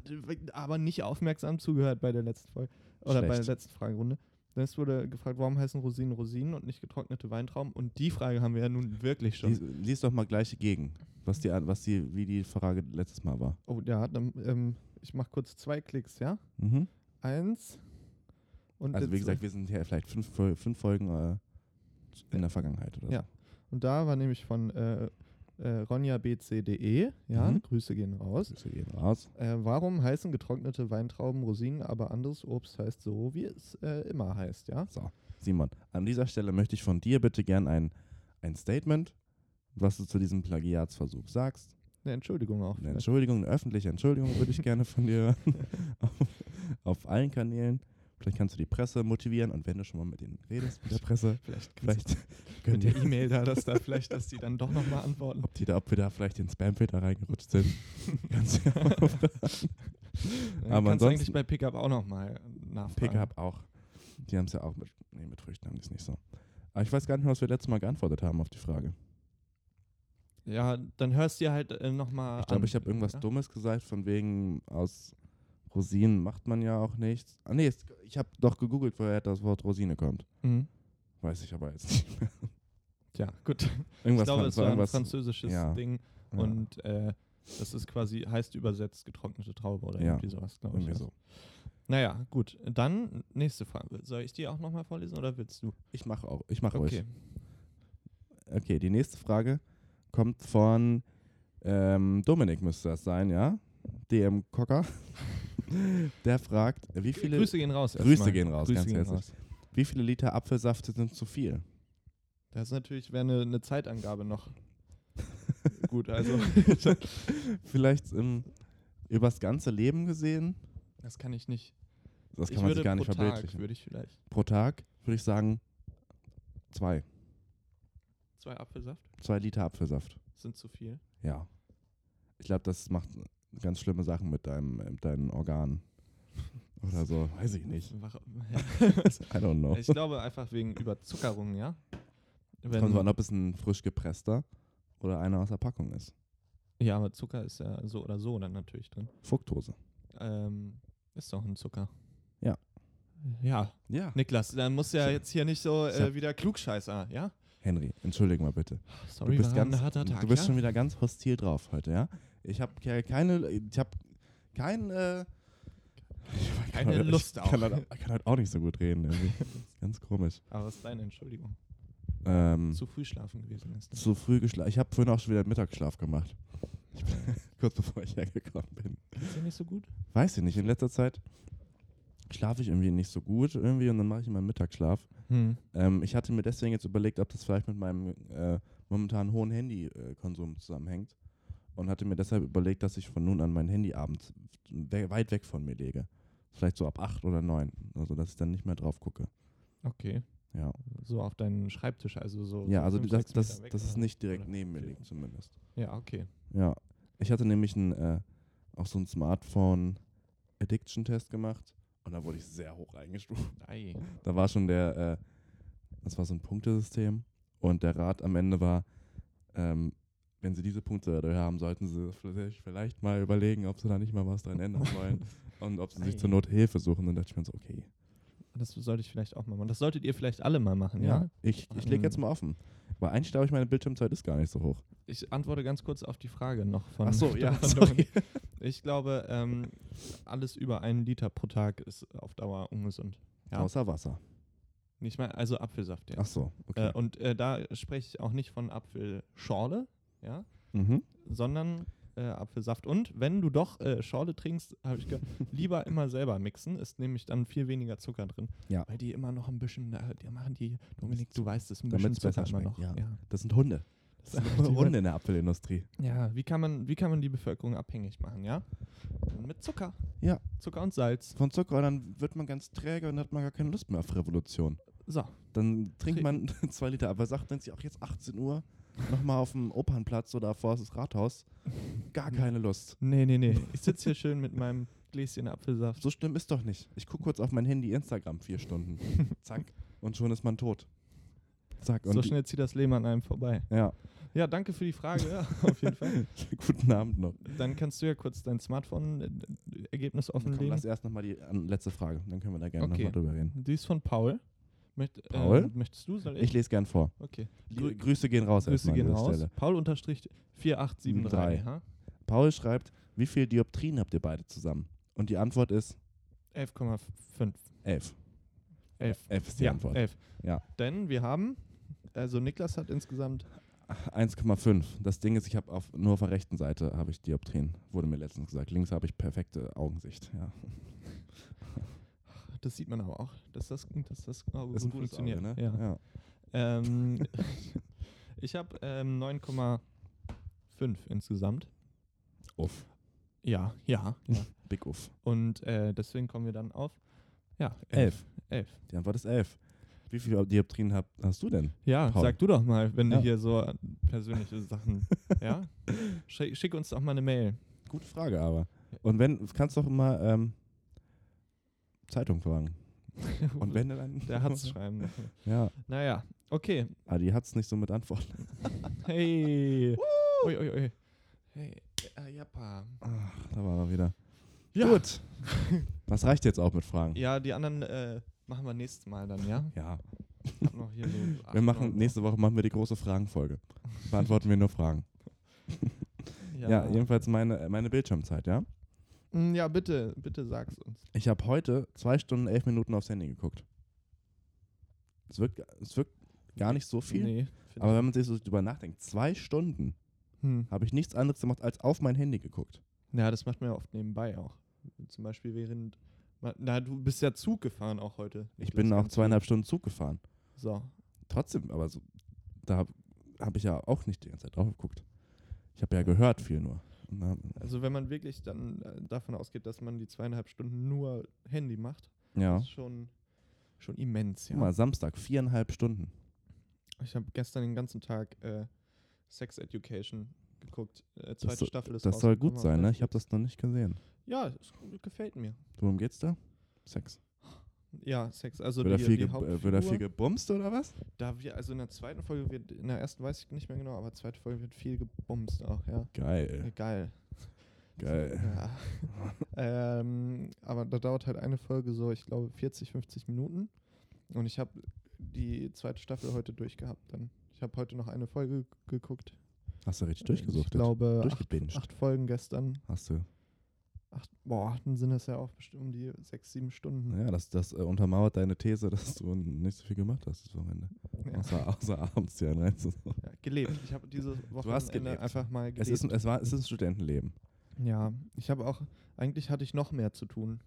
Speaker 3: aber nicht aufmerksam zugehört bei der letzten Folge oder bei der
Speaker 4: Schlecht.
Speaker 3: letzten Fragerunde. Sonst wurde gefragt, warum heißen Rosinen Rosinen und nicht getrocknete Weintrauben? Und die Frage haben wir ja nun wirklich schon.
Speaker 4: Lies, lies doch mal gleich gegen, was die, an- was die, wie die Frage letztes Mal war.
Speaker 3: Oh ja, dann, ähm, ich mache kurz zwei Klicks, ja?
Speaker 4: Mhm.
Speaker 3: Eins. Und,
Speaker 4: Also wie
Speaker 3: jetzt-
Speaker 4: gesagt, wir sind ja vielleicht fünf, Fol- fünf Folgen äh, in der Vergangenheit oder
Speaker 3: Ja. und da war nämlich von äh, äh, ronjabc.de, ja,
Speaker 4: Mhm.
Speaker 3: Grüße gehen raus.
Speaker 4: so. Grüße gehen raus.
Speaker 3: Äh, warum heißen getrocknete Weintrauben Rosinen, aber anderes Obst heißt so, wie es äh, immer heißt, ja?
Speaker 4: So, Simon, an dieser Stelle möchte ich von dir bitte gern ein, ein Statement, was du zu diesem Plagiatsversuch sagst.
Speaker 3: Eine Entschuldigung auch.
Speaker 4: Eine
Speaker 3: vielleicht.
Speaker 4: Entschuldigung, eine öffentliche Entschuldigung würde ich gerne von dir hören. auf, auf allen Kanälen. Vielleicht kannst du die Presse motivieren und wenn du schon mal mit denen redest, mit der Presse,
Speaker 3: Vielleicht,
Speaker 4: vielleicht können
Speaker 3: mit
Speaker 4: die,
Speaker 3: der E-Mail da, dass da vielleicht, dass die dann doch nochmal antworten.
Speaker 4: ob, die da, ob wir da vielleicht den Spamfilter reingerutscht sind. Kannst du ja auch fragen.
Speaker 3: Dann
Speaker 4: Aber
Speaker 3: kannst du
Speaker 4: ansonsten
Speaker 3: eigentlich bei Pickup auch nochmal nachfragen.
Speaker 4: Pickup auch. Die haben es ja auch mit, nee, mit Früchten haben die es nicht so. Aber ich weiß gar nicht mehr, was wir letztes Mal geantwortet haben auf die Frage.
Speaker 3: Ja, dann hörst du dir halt äh, nochmal
Speaker 4: Ich glaube, ich habe irgendwas
Speaker 3: ja?
Speaker 4: Dummes gesagt, von wegen aus Rosinen macht man ja auch nichts. Ah, nee, es, ich habe doch gegoogelt, woher das Wort Rosine kommt.
Speaker 3: Mhm.
Speaker 4: Weiß ich aber jetzt nicht mehr.
Speaker 3: Ja, gut.
Speaker 4: Irgendwas
Speaker 3: ich glaube,
Speaker 4: Fran-
Speaker 3: es war ein
Speaker 4: irgendwas-
Speaker 3: französisches
Speaker 4: ja.
Speaker 3: Ding
Speaker 4: ja,
Speaker 3: und äh, das ist quasi, heißt übersetzt getrocknete Traube oder
Speaker 4: Ja.
Speaker 3: irgendwie sowas, glaube ich.
Speaker 4: irgendwie so.
Speaker 3: Naja, gut. Dann nächste Frage. Soll ich die auch nochmal vorlesen oder willst du?
Speaker 4: Ich mache auch, ich mache
Speaker 3: okay.
Speaker 4: okay. euch. Okay, die nächste Frage kommt von ähm, Dominik müsste das sein, ja? DM Cocker. Der fragt, wie viele
Speaker 3: Grüße gehen raus.
Speaker 4: Grüße
Speaker 3: erstmal.
Speaker 4: gehen raus, ganz herzlich.
Speaker 3: raus.
Speaker 4: Wie viele Liter Apfelsaft sind zu viel?
Speaker 3: Das ist natürlich wäre eine ne Zeitangabe noch. gut, also
Speaker 4: Vielleicht im, übers ganze Leben gesehen?
Speaker 3: das kann ich nicht.
Speaker 4: Das kann
Speaker 3: ich
Speaker 4: man
Speaker 3: würde
Speaker 4: sich gar nicht
Speaker 3: pro Tag
Speaker 4: verbildlichen.
Speaker 3: würde ich vielleicht
Speaker 4: Pro Tag würde ich sagen zwei.
Speaker 3: zwei Apfelsaft
Speaker 4: Zwei Liter Apfelsaft.
Speaker 3: sind zu viel.
Speaker 4: Ja. Ich glaube, das macht ganz schlimme Sachen mit deinem, mit deinen Organen. Oder so. Weiß ich nicht.
Speaker 3: Wache-
Speaker 4: I don't know.
Speaker 3: ich glaube einfach wegen Überzuckerung, ja. Wenn-
Speaker 4: Kommt drauf an, ob es ein frisch gepresster oder einer aus der Packung ist.
Speaker 3: ja, aber Zucker ist ja so oder so dann natürlich drin.
Speaker 4: Fructose.
Speaker 3: Ähm, ist doch ein Zucker.
Speaker 4: Ja.
Speaker 3: Ja,
Speaker 4: Ja.
Speaker 3: Niklas, dann muss ja
Speaker 4: So.
Speaker 3: jetzt hier nicht so
Speaker 4: So.
Speaker 3: äh, wieder klugscheißer, ja?
Speaker 4: Henry, entschuldige mal bitte.
Speaker 3: Sorry,
Speaker 4: du bist,
Speaker 3: war ein
Speaker 4: ganz,
Speaker 3: harter Tag.
Speaker 4: du bist
Speaker 3: ja?
Speaker 4: schon wieder ganz hostil drauf heute, ja? Ich habe keine, ich habe kein, äh, ich
Speaker 3: Keine
Speaker 4: halt-
Speaker 3: Lust
Speaker 4: ich
Speaker 3: auch.
Speaker 4: Kann halt, ich kann halt auch nicht so gut reden. Irgendwie. Ganz komisch.
Speaker 3: Aber was ist deine Entschuldigung?
Speaker 4: Ähm,
Speaker 3: Zu früh schlafen gewesen ist. ne?
Speaker 4: zu früh geschlafen. Ich habe vorhin auch schon wieder Mittagsschlaf gemacht. Ich bin, kurz bevor ich hergekommen bin.
Speaker 3: Ist ja nicht so gut?
Speaker 4: Weiß ich nicht. In letzter Zeit schlafe ich irgendwie nicht so gut irgendwie und dann mache ich immer Mittagsschlaf.
Speaker 3: Hm.
Speaker 4: Ähm, ich hatte mir deswegen jetzt überlegt, ob das vielleicht mit meinem äh, momentan hohen Handykonsum zusammenhängt. Und hatte mir deshalb überlegt, dass ich von nun an mein Handy abends we weit weg von mir lege. Vielleicht so ab 8 oder 9. Also, dass ich dann nicht mehr drauf gucke.
Speaker 3: Okay.
Speaker 4: Ja,
Speaker 3: So auf deinen Schreibtisch, also so.
Speaker 4: ja
Speaker 3: so
Speaker 4: also,
Speaker 3: fünf,
Speaker 4: dass,
Speaker 3: sechs
Speaker 4: dass,
Speaker 3: Meter weg,
Speaker 4: dass es
Speaker 3: oder?
Speaker 4: nicht direkt
Speaker 3: oder
Speaker 4: neben mir
Speaker 3: vier.
Speaker 4: liegt, zumindest.
Speaker 3: Ja, okay.
Speaker 4: Ja. Ich hatte nämlich ein, äh, auch so einen Smartphone-Addiction-Test gemacht. Und da wurde ich sehr hoch eingestuft.
Speaker 3: Ei.
Speaker 4: Da war schon der, äh, das war so ein Punktesystem und der Rat am Ende war, ähm, wenn sie diese Punkte dadurch haben, sollten sie vielleicht, vielleicht mal überlegen, ob sie da nicht mal was dran ändern wollen und ob sie sich
Speaker 3: Ei.
Speaker 4: zur Not Hilfe suchen. Dann dachte ich mir so, okay.
Speaker 3: Das sollte ich vielleicht auch mal machen. Das solltet ihr vielleicht alle mal machen, ja?
Speaker 4: Ich, ich lege jetzt mal offen. Weil eigentlich glaube ich, meine Bildschirmzeit ist gar nicht so hoch.
Speaker 3: Ich antworte ganz kurz auf die Frage noch von.
Speaker 4: Ach so, ja,
Speaker 3: von
Speaker 4: sorry.
Speaker 3: Dominik. Ich glaube, ähm, alles über einen Liter pro Tag ist auf Dauer ungesund. Ja.
Speaker 4: Außer Wasser.
Speaker 3: Nicht mal, also Apfelsaft, ja.
Speaker 4: Ach so, okay.
Speaker 3: Äh, und äh, da spreche ich auch nicht von Apfelschorle, ja,
Speaker 4: mhm.
Speaker 3: sondern äh, Apfelsaft. Und wenn du doch äh, Schorle trinkst, habe ich gehört, lieber immer selber mixen, ist nämlich dann viel weniger Zucker drin.
Speaker 4: Ja.
Speaker 3: Weil die immer noch ein bisschen, da, die machen die, Dominik, du weißt es, ein
Speaker 4: Damit's
Speaker 3: bisschen Zucker
Speaker 4: besser
Speaker 3: immer noch.
Speaker 4: schmeckt, ja.
Speaker 3: Ja.
Speaker 4: Das sind Hunde. Das
Speaker 3: Das
Speaker 4: sind
Speaker 3: sind die
Speaker 4: Hunde in der Apfelindustrie.
Speaker 3: ja, wie kann, man, wie kann man die Bevölkerung abhängig machen, ja? Mit Zucker.
Speaker 4: Ja.
Speaker 3: Zucker und Salz.
Speaker 4: Von Zucker, und dann wird man ganz träge und hat man gar keine Lust mehr auf Revolution.
Speaker 3: So,
Speaker 4: Dann trinkt
Speaker 3: Trinken.
Speaker 4: man zwei Liter, aber sagt, denkt sich auch jetzt 18 Uhr nochmal auf dem Opernplatz oder vor das Rathaus. Gar keine Lust.
Speaker 3: nee, nee, nee. Ich sitze hier schön mit meinem Gläschen Apfelsaft.
Speaker 4: So schlimm ist doch nicht. Ich gucke kurz auf mein Handy Instagram vier Stunden. Zack. Und schon ist man tot. Zack. Und
Speaker 3: So
Speaker 4: die-
Speaker 3: schnell zieht das Leben an einem vorbei.
Speaker 4: Ja.
Speaker 3: Ja, danke für die Frage, ja, auf jeden Fall.
Speaker 4: Guten Abend noch.
Speaker 3: Dann kannst du ja kurz dein Smartphone-Ergebnis
Speaker 4: Komm, lass
Speaker 3: offenlegen.
Speaker 4: erst nochmal die an, letzte Frage. Dann können wir da gerne
Speaker 3: Okay.
Speaker 4: nochmal drüber reden.
Speaker 3: Die ist von Paul. Möcht,
Speaker 4: Paul?
Speaker 3: Äh, möchtest du? Soll
Speaker 4: Ich lese gern vor.
Speaker 3: Okay.
Speaker 4: Grü
Speaker 3: Grü
Speaker 4: Grüße gehen raus
Speaker 3: Grüße
Speaker 4: erstmal
Speaker 3: gehen
Speaker 4: an der
Speaker 3: raus.
Speaker 4: Stelle.
Speaker 3: Paul unterstrich 4873.
Speaker 4: Drei.
Speaker 3: ha?
Speaker 4: Paul schreibt, wie viel Dioptrien habt ihr beide zusammen? Und die Antwort ist
Speaker 3: 11,5.
Speaker 4: elf.
Speaker 3: Elf.
Speaker 4: Elf ist die
Speaker 3: Ja,
Speaker 4: Antwort.
Speaker 3: 11.
Speaker 4: Ja.
Speaker 3: Denn wir haben, also Niklas hat insgesamt
Speaker 4: 1,5. Das Ding ist, ich habe auf, nur auf der rechten Seite habe ich Dioptrien, wurde mir letztens gesagt. Links habe ich perfekte Augensicht. Ja.
Speaker 3: Das sieht man aber auch, dass das, dass das Auge
Speaker 4: Das
Speaker 3: gut Oh, funktioniert.
Speaker 4: Auge, ne?
Speaker 3: ja.
Speaker 4: Ja.
Speaker 3: Ähm, ich habe ähm, 9,5 insgesamt.
Speaker 4: Uff.
Speaker 3: Ja, ja. ja.
Speaker 4: Big Uff.
Speaker 3: Und äh, deswegen kommen wir dann auf. Ja,
Speaker 4: Elf.
Speaker 3: elf.
Speaker 4: Die Antwort ist elf. Wie viele Dioptrien hab, hast du denn?
Speaker 3: Ja,
Speaker 4: Paul.
Speaker 3: sag du doch mal, wenn
Speaker 4: Ja.
Speaker 3: du hier so persönliche Sachen. ja? Schick, schick uns doch mal eine Mail.
Speaker 4: Gute Frage aber. Und wenn, kannst doch immer ähm, Zeitung fragen. Und wenn dann.
Speaker 3: Der hat's schreiben. lassen.
Speaker 4: Ja,
Speaker 3: Naja, okay.
Speaker 4: aber die hat's nicht so mit Antworten.
Speaker 3: Hey. Ui, ui, ui. Hey, äh, jappa.
Speaker 4: Ach, da war er wieder.
Speaker 3: Ja.
Speaker 4: Gut. Das reicht jetzt auch mit Fragen.
Speaker 3: Ja, die anderen äh, machen wir nächstes Mal dann, ja?
Speaker 4: ja.
Speaker 3: Ich hab noch hier so
Speaker 4: Wir
Speaker 3: acht,
Speaker 4: machen,
Speaker 3: neun
Speaker 4: nächste Woche machen wir die große Fragenfolge. Beantworten wir nur Fragen. Ja, jedenfalls meine, äh, meine Bildschirmzeit, ja.
Speaker 3: Mm, ja, bitte, bitte sag's uns.
Speaker 4: Ich habe heute zwei Stunden, elf Minuten aufs Handy geguckt. Es wirkt, ga- es wirkt gar nicht so viel.
Speaker 3: Nee, find
Speaker 4: aber wenn man sich so drüber nachdenkt, zwei Stunden
Speaker 3: ich- hm.
Speaker 4: habe ich nichts anderes gemacht, als auf mein Handy geguckt.
Speaker 3: Ja, das macht man ja oft nebenbei auch. Zum Beispiel während. ma- Na, du bist ja Zug gefahren auch heute.
Speaker 4: Ich
Speaker 3: Niklas,
Speaker 4: bin auch
Speaker 3: ganz viel.
Speaker 4: zweieinhalb Stunden Zug gefahren.
Speaker 3: So.
Speaker 4: Trotzdem, aber so, da habe hab ich ja auch nicht die ganze Zeit drauf geguckt. Ich habe ja gehört viel nur. Und dann-
Speaker 3: Also, wenn man wirklich dann äh, davon ausgeht, dass man die zweieinhalb Stunden nur Handy macht,
Speaker 4: Ja.
Speaker 3: das ist schon, schon immens,
Speaker 4: Guck
Speaker 3: ja.
Speaker 4: mal, Samstag, viereinhalb Stunden.
Speaker 3: Ich habe gestern den ganzen Tag äh, Sex Education geguckt. Äh, zweite
Speaker 4: so-
Speaker 3: Staffel ist
Speaker 4: Das soll
Speaker 3: rausgekommen
Speaker 4: gut
Speaker 3: auf
Speaker 4: sein, ne? Ich habe
Speaker 3: Netflix.
Speaker 4: das noch nicht gesehen.
Speaker 3: Ja, es gefällt mir.
Speaker 4: Worum geht's da? Sex.
Speaker 3: Ja, Sex. Also,
Speaker 4: wird,
Speaker 3: die,
Speaker 4: da viel
Speaker 3: die
Speaker 4: ge- äh, wird da
Speaker 3: Hauptfigur-
Speaker 4: viel gebumst oder was?
Speaker 3: Da wir, also in der zweiten Folge wird, in der ersten weiß ich nicht mehr genau, aber zweite Folge wird viel gebumst auch, ja.
Speaker 4: Geil,
Speaker 3: Geil.
Speaker 4: geil.
Speaker 3: Ja. ähm, aber da dauert halt eine Folge so, ich glaube, 40, 50 Minuten. Und ich habe die zweite Staffel heute durchgehabt dann. Ich habe heute noch eine Folge g- geguckt.
Speaker 4: Hast du richtig durchgesucht?
Speaker 3: Ich glaube,
Speaker 4: Durchgebinscht.
Speaker 3: acht Folgen gestern.
Speaker 4: Hast du.
Speaker 3: Acht, boah, dann sind es ja auch bestimmt um die sechs, sieben Stunden.
Speaker 4: Ja, das, das äh, untermauert deine These, dass du nicht so viel gemacht hast das Wochenende.
Speaker 3: Ja.
Speaker 4: Außer, außer abends hier rein. zu-
Speaker 3: Ja, gelebt. Ich habe dieses
Speaker 4: hast
Speaker 3: Wochenende
Speaker 4: gelebt.
Speaker 3: einfach mal gelebt.
Speaker 4: Es ist, ein- es, war, es ist ein Studentenleben.
Speaker 3: ja, ich habe auch, eigentlich hatte ich noch mehr zu tun.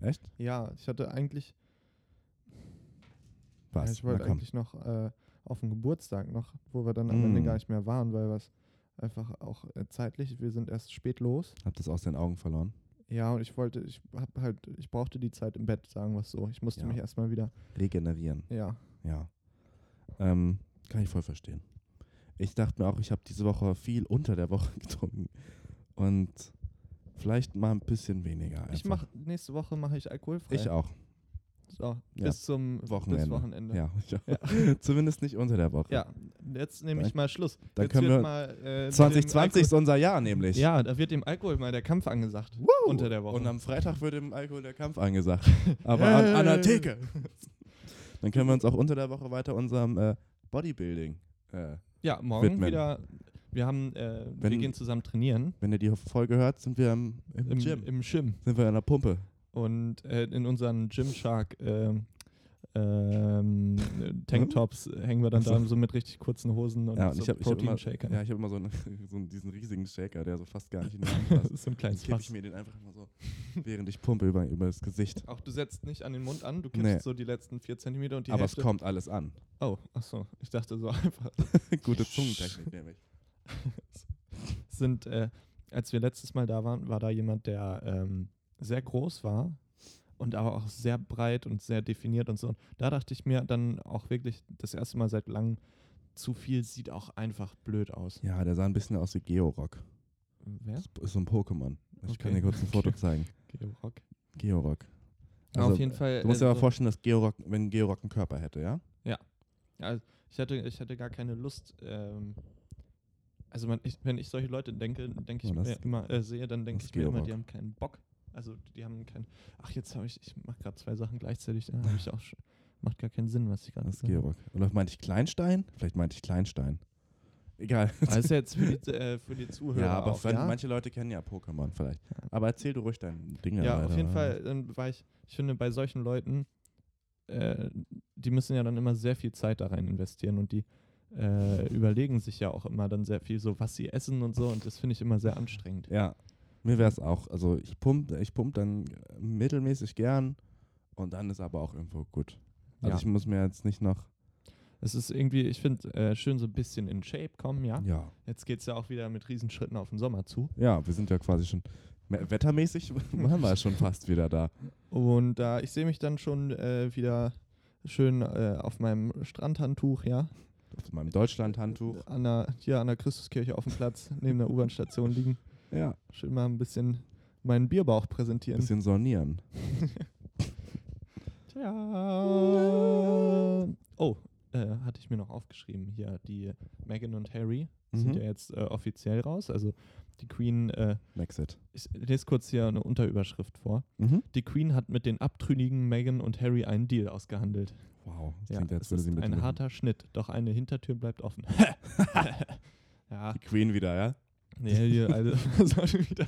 Speaker 4: Echt?
Speaker 3: Ja, ich hatte eigentlich, ja,
Speaker 4: Was?
Speaker 3: ich wollte
Speaker 4: Na komm.
Speaker 3: eigentlich noch äh, auf den Geburtstag noch, wo wir dann am Ende
Speaker 4: Mm.
Speaker 3: gar nicht mehr waren, weil was einfach auch äh, zeitlich, wir sind erst spät los.
Speaker 4: Hab das aus den Augen verloren.
Speaker 3: Ja, und ich wollte, ich habe halt, ich brauchte die Zeit im Bett, sagen wir es so. Ich musste
Speaker 4: Ja.
Speaker 3: mich erstmal wieder,
Speaker 4: Regenerieren.
Speaker 3: ja,
Speaker 4: Ja. Ähm, kann ich voll verstehen. Ich dachte mir auch, ich habe diese Woche viel unter der Woche getrunken. Und vielleicht mal ein bisschen weniger.
Speaker 3: Ich
Speaker 4: einfach.
Speaker 3: mache nächste Woche mache ich alkoholfrei.
Speaker 4: Ich auch.
Speaker 3: So,
Speaker 4: Ja.
Speaker 3: bis zum
Speaker 4: Wochenende.
Speaker 3: Bis Wochenende.
Speaker 4: Ja, ich auch. Zumindest nicht unter der Woche.
Speaker 3: ne? Ja, jetzt nehme ich
Speaker 4: Dann-
Speaker 3: mal Schluss.
Speaker 4: dann
Speaker 3: jetzt
Speaker 4: können
Speaker 3: wird
Speaker 4: wir-
Speaker 3: mal, äh,
Speaker 4: 2020 ist
Speaker 3: dem
Speaker 4: unser Jahr
Speaker 3: Alkohol-
Speaker 4: nämlich.
Speaker 3: Ja, da wird dem Alkohol mal der Kampf angesagt. Unter der Woche.
Speaker 4: Und am Freitag wird im Alkohol der Kampf angesagt. Aber an, an der Theke. Dann können wir uns auch unter der Woche weiter unserem äh, Bodybuilding. Äh,
Speaker 3: ja, morgen
Speaker 4: widmen.
Speaker 3: wieder. Wir haben, äh, wir
Speaker 4: Wenn-
Speaker 3: gehen zusammen trainieren
Speaker 4: wenn ihr die Folge hört, sind wir im, im,
Speaker 3: im
Speaker 4: Gym.
Speaker 3: Im Gym.
Speaker 4: Sind wir an der Pumpe.
Speaker 3: Und äh, in unseren Gymshark ähm, ähm, Tanktops hängen wir dann
Speaker 4: Ach so.
Speaker 3: da so mit richtig kurzen Hosen und,
Speaker 4: Ja, und
Speaker 3: so
Speaker 4: ich habe hab immer,
Speaker 3: Proteinshakern.
Speaker 4: ja, ich hab immer so, einen, so einen, diesen riesigen Shaker, der so fast gar nicht in die Hand passt.
Speaker 3: so ein
Speaker 4: Dann
Speaker 3: kleines
Speaker 4: kippe ich
Speaker 3: Fass.
Speaker 4: mir den einfach immer so, während ich pumpe über, über das Gesicht.
Speaker 3: Auch du setzt nicht an den Mund an, du kippst
Speaker 4: Nee.
Speaker 3: so die letzten vier Zentimeter und die
Speaker 4: Aber es
Speaker 3: Hälfte.
Speaker 4: kommt alles an.
Speaker 3: Oh, achso, ich dachte so einfach.
Speaker 4: Gute Zungentechnik nämlich.
Speaker 3: Es Sind, äh, als wir letztes Mal da waren, war da jemand, der ähm, sehr groß war und aber auch sehr breit und sehr definiert und so. Und da dachte ich mir dann auch wirklich das erste Mal seit langem, zu viel sieht auch einfach blöd aus.
Speaker 4: Ja, der sah ein bisschen aus wie Georock.
Speaker 3: Wer?
Speaker 4: Das Ist so ein Pokémon. Ich kann
Speaker 3: Okay.
Speaker 4: dir kurz ein Foto zeigen.
Speaker 3: Georg.
Speaker 4: Georock.
Speaker 3: auf jeden Fall.
Speaker 4: Also, Du musst dir
Speaker 3: äh,
Speaker 4: aber
Speaker 3: so-
Speaker 4: vorstellen, dass Georock, wenn Georock einen Körper hätte, ja?
Speaker 3: Also ich hatte, ich hatte gar keine Lust. Ähm, also man, ich, wenn ich solche Leute denke, denke ich
Speaker 4: Oh, das-
Speaker 3: mir immer, äh, sehe, dann denke
Speaker 4: das
Speaker 3: ich mir immer,
Speaker 4: Georg.
Speaker 3: die haben keinen Bock. Also die haben keinen. Ach, jetzt habe ich, ich mache gerade zwei Sachen gleichzeitig. Dann habe ich auch schon, macht gar keinen Sinn, was ich gerade
Speaker 4: Das ist
Speaker 3: gesagt habe.
Speaker 4: Georock. Oder meinte ich Kleinstein? Vielleicht meinte ich Kleinstein. Egal.
Speaker 3: Das ist jetzt für die, äh, für die Zuhörer.
Speaker 4: ja, aber
Speaker 3: auch,
Speaker 4: wenn-
Speaker 3: ja?
Speaker 4: manche Leute kennen ja Pokémon vielleicht.
Speaker 3: Ja.
Speaker 4: Aber erzähl du ruhig dein Ding
Speaker 3: ja,
Speaker 4: weiter.
Speaker 3: auf jeden Fall dann war ich, ich finde, bei solchen Leuten, äh, die müssen ja dann immer sehr viel Zeit da rein investieren und die äh, überlegen sich ja auch immer dann sehr viel so, was sie essen und so und das finde ich immer sehr anstrengend.
Speaker 4: Ja, mir wäre es auch. Also ich pump, ich pump dann äh, mittelmäßig gern und dann ist aber auch irgendwo gut. Also
Speaker 3: Ja.
Speaker 4: ich muss mir jetzt nicht noch.
Speaker 3: Es ist irgendwie, ich finde, äh, schön so ein bisschen in Shape kommen, ja.
Speaker 4: Ja,
Speaker 3: Jetzt geht es ja auch wieder mit Riesenschritten auf den Sommer zu.
Speaker 4: ja, wir sind ja quasi schon me- wettermäßig waren wir schon fast wieder da.
Speaker 3: Und da, ich sehe mich dann schon äh, wieder schön äh, auf meinem Strandhandtuch, ja.
Speaker 4: Auf meinem Deutschland-Handtuch.
Speaker 3: An der, hier an der Christuskirche auf dem Platz, neben der U-Bahn-Station liegen.
Speaker 4: Ja,
Speaker 3: Schön mal ein bisschen meinen Bierbauch
Speaker 4: ein
Speaker 3: präsentieren.
Speaker 4: bisschen sornieren.
Speaker 3: Tja. Oh, äh, hatte ich mir noch aufgeschrieben hier. Die Meghan und Harry sind
Speaker 4: Mhm.
Speaker 3: ja jetzt äh, offiziell raus. Also die Queen, äh,
Speaker 4: Brexit.
Speaker 3: ich lese kurz hier eine Unterüberschrift vor.
Speaker 4: Mhm.
Speaker 3: Die Queen hat mit den abtrünnigen Meghan und Harry einen Deal ausgehandelt.
Speaker 4: Wow, das
Speaker 3: Ja,
Speaker 4: klingt, als
Speaker 3: es
Speaker 4: würde
Speaker 3: ist
Speaker 4: sie mit
Speaker 3: ein
Speaker 4: dem-
Speaker 3: harter Schnitt, doch eine Hintertür bleibt offen. ja,
Speaker 4: Die Queen wieder, ja?
Speaker 3: nee, hier, also, was war schon wieder?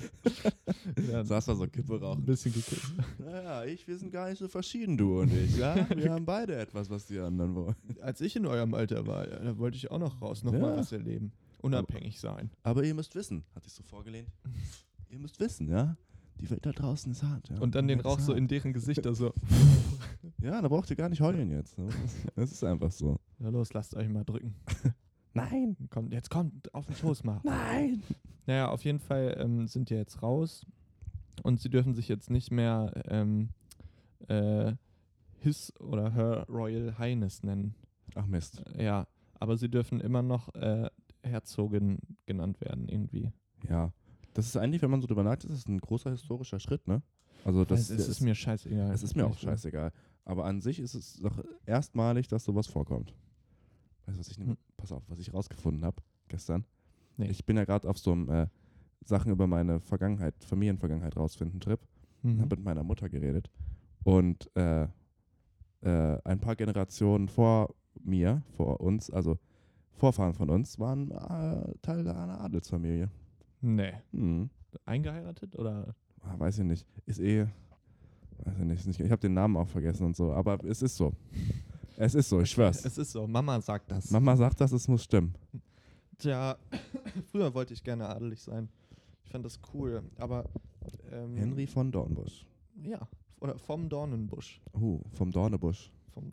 Speaker 3: Ja,
Speaker 4: Saß da so Kippe
Speaker 3: ein
Speaker 4: rauchen.
Speaker 3: bisschen gekippt.
Speaker 4: Naja, ich, wir sind gar nicht so verschieden, du und ich, ja? Wir haben beide etwas, was die anderen wollen.
Speaker 3: Als ich in eurem Alter war, ja, da wollte ich auch noch raus, noch
Speaker 4: Ja.
Speaker 3: mal was erleben. Unabhängig sein.
Speaker 4: Aber ihr müsst wissen, hat sich so vorgelehnt. Ihr müsst wissen, ja? Die Welt da draußen ist hart, ja.
Speaker 3: Und dann den
Speaker 4: Die Welt ist
Speaker 3: Rauch so
Speaker 4: hart.
Speaker 3: in deren Gesichter so.
Speaker 4: Ja, da braucht ihr gar nicht heulen jetzt. ne? Das ist einfach so.
Speaker 3: Na los, lasst euch mal drücken.
Speaker 4: Nein,
Speaker 3: Kommt, jetzt kommt auf den Schoß mal.
Speaker 4: nein.
Speaker 3: Naja, auf jeden Fall ähm, sind die jetzt raus und sie dürfen sich jetzt nicht mehr ähm, äh, His oder Her Royal Highness nennen.
Speaker 4: Ach Mist.
Speaker 3: Äh, Ja, aber sie dürfen immer noch äh, Herzogin genannt werden irgendwie.
Speaker 4: Ja. Das ist eigentlich, wenn man so drüber nachdenkt, das ist ein großer historischer Schritt, ne? Also das
Speaker 3: es ist, es mir scheißegal.
Speaker 4: es ist mir auch
Speaker 3: Ich-
Speaker 4: scheißegal. Aber an sich ist es doch erstmalig, dass sowas vorkommt. Weißt du, was ich nehme?
Speaker 3: Hm.
Speaker 4: Pass auf, was ich rausgefunden habe gestern.
Speaker 3: Nee.
Speaker 4: Ich bin ja gerade auf so einem äh, Sachen über meine Vergangenheit, Familienvergangenheit rausfinden Trip.
Speaker 3: Mhm.
Speaker 4: habe mit meiner Mutter geredet und äh, äh, ein paar Generationen vor mir, vor uns, also Vorfahren von uns waren äh, Teil einer Adelsfamilie.
Speaker 3: Nee.
Speaker 4: Hm.
Speaker 3: Eingeheiratet oder?
Speaker 4: Ah, weiß ich nicht. Ist eh. Weiß ich nicht. Ist nicht ich habe den Namen auch vergessen und so. Aber es ist so. Es ist so, ich schwör's.
Speaker 3: Es ist so, Mama sagt das.
Speaker 4: Mama sagt das, es muss stimmen.
Speaker 3: Tja, früher wollte ich gerne adelig sein. Ich fand das cool, aber. Ähm,
Speaker 4: Henry von Dornbusch.
Speaker 3: Ja, oder vom Dornenbusch.
Speaker 4: Oh, vom Dornebusch.
Speaker 3: Vom,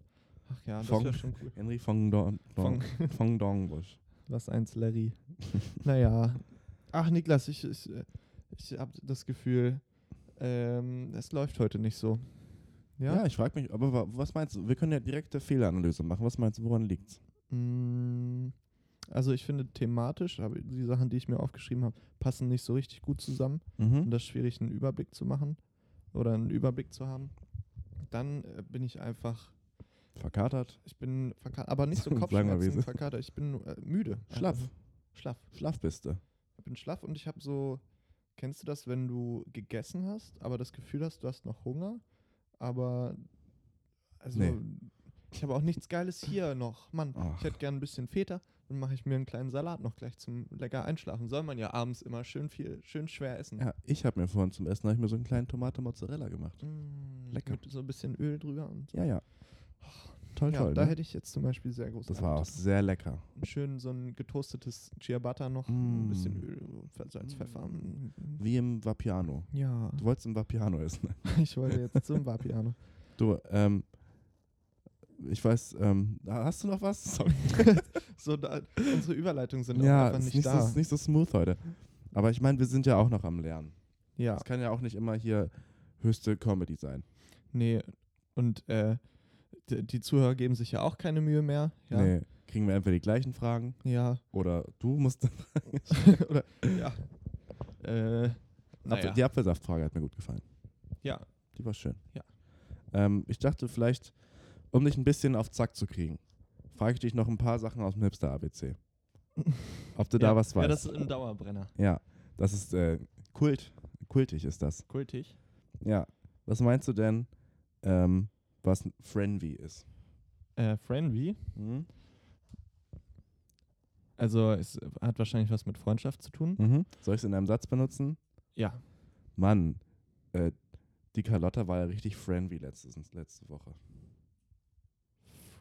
Speaker 3: ach ja, das
Speaker 4: Von-
Speaker 3: wäre schon cool.
Speaker 4: Henry von Dorn, Dorn,
Speaker 3: Von-
Speaker 4: von Dornbusch.
Speaker 3: Was eins, Larry. naja. Ach, Niklas, ich, ich, äh, ich habe das Gefühl, ähm, es läuft heute nicht so.
Speaker 4: Ja,
Speaker 3: Ja?
Speaker 4: ich frage mich, aber wa- was meinst du? Wir können ja direkte Fehleranalyse machen. Was meinst du, woran liegt's?
Speaker 3: Mm, Also ich finde thematisch, aber die Sachen, die ich mir aufgeschrieben habe, passen nicht so richtig gut zusammen. Und
Speaker 4: Mhm.
Speaker 3: das ist schwierig, einen Überblick zu machen oder einen Überblick zu haben. Dann äh, bin ich einfach,
Speaker 4: Verkatert,
Speaker 3: ich bin verkatert, aber nicht so
Speaker 4: Sagen wir, wie es
Speaker 3: Kopfschmerzen
Speaker 4: ist.
Speaker 3: verkatert. Ich bin äh, müde.
Speaker 4: Schlaff.
Speaker 3: Einfach. Schlaff.
Speaker 4: schlaff bist du.
Speaker 3: Ich bin schlaff und ich habe so, kennst du das, wenn du gegessen hast, aber das Gefühl hast, du hast noch Hunger, aber also
Speaker 4: Nee.
Speaker 3: ich habe auch nichts Geiles hier noch. Mann,
Speaker 4: Ach.
Speaker 3: ich hätte gern ein bisschen Feta, dann mache ich mir einen kleinen Salat noch gleich zum lecker einschlafen. Soll man ja abends immer schön viel, schön schwer essen.
Speaker 4: Ja, ich habe mir vorhin zum Essen hab ich mir so einen kleinen Tomate-Mozzarella gemacht.
Speaker 3: Mm,
Speaker 4: Lecker.
Speaker 3: Mit so ein bisschen Öl drüber und so.
Speaker 4: Ja, ja. Toll,
Speaker 3: Ja,
Speaker 4: toll.
Speaker 3: da
Speaker 4: ne?
Speaker 3: hätte ich jetzt zum Beispiel sehr groß
Speaker 4: das war auch
Speaker 3: Appetit.
Speaker 4: sehr lecker.
Speaker 3: Und Schön so ein getoastetes Ciabatta noch, ein bisschen
Speaker 4: Mm.
Speaker 3: Öl, Salz,
Speaker 4: Mm.
Speaker 3: Pfeffer. mm, mm.
Speaker 4: Wie im Vapiano.
Speaker 3: Ja,
Speaker 4: Du wolltest im Vapiano essen.
Speaker 3: ich wollte jetzt zum Vapiano.
Speaker 4: Du, ähm, ich weiß, ähm, hast du noch was? Sorry.
Speaker 3: So, da, unsere Überleitungen sind auch
Speaker 4: ja,
Speaker 3: einfach
Speaker 4: ist
Speaker 3: nicht,
Speaker 4: nicht,
Speaker 3: da.
Speaker 4: So, ist nicht so smooth heute. Aber ich meine, wir sind ja auch noch am Lernen.
Speaker 3: ja,
Speaker 4: Es kann ja auch nicht immer hier höchste Comedy sein.
Speaker 3: nee. Und äh, d- die Zuhörer geben sich ja auch keine Mühe mehr. Ja,
Speaker 4: Nee, kriegen wir entweder die gleichen Fragen
Speaker 3: ja.
Speaker 4: oder du musst.
Speaker 3: Oder, ja. Äh,
Speaker 4: Apfel,
Speaker 3: naja.
Speaker 4: die Apfelsaftfrage hat mir gut gefallen.
Speaker 3: ja,
Speaker 4: Die war schön.
Speaker 3: Ja.
Speaker 4: Ähm, ich dachte vielleicht, um dich ein bisschen auf Zack zu kriegen, frage ich dich noch ein paar Sachen aus dem Hipster-ABC. Ob du
Speaker 3: ja.
Speaker 4: da was weißt.
Speaker 3: Ja, das ist ein Dauerbrenner.
Speaker 4: ja, das ist äh, Kult. Kultig ist das.
Speaker 3: Kultig.
Speaker 4: Ja. Was meinst du denn, ähm, was ein Frenvy ist? Mhm.
Speaker 3: Äh, Friendly, also es hat wahrscheinlich was mit Freundschaft zu tun.
Speaker 4: Mhm. Soll ich es in einem Satz benutzen?
Speaker 3: Ja,
Speaker 4: Mann, äh, die Carlotta war ja richtig Frenvy letztes, letzte Woche.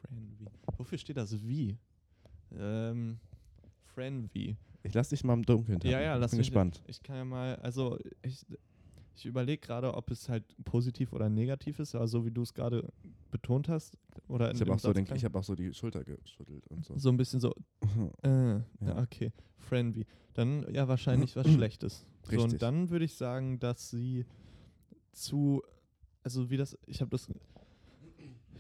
Speaker 3: Friendly. Wofür steht das wie? Ähm, Friendly.
Speaker 4: Ich lass dich mal im Dunkeln.
Speaker 3: Ja,
Speaker 4: tappen.
Speaker 3: ja, lass
Speaker 4: Bin
Speaker 3: mich-
Speaker 4: gespannt.
Speaker 3: Ich kann ja mal, also ich, ich überlege gerade, ob es halt positiv oder negativ ist, aber so wie du es gerade betont hast. Oder in
Speaker 4: Ich habe
Speaker 3: dem
Speaker 4: auch, so den-
Speaker 3: Satz
Speaker 4: ich hab auch so die Schulter geschüttelt und so.
Speaker 3: so ein bisschen so, äh, ja. okay, friendly. Dann ja wahrscheinlich was Schlechtes. So,
Speaker 4: Richtig.
Speaker 3: und dann würde ich sagen, dass sie zu, also wie das, ich habe das,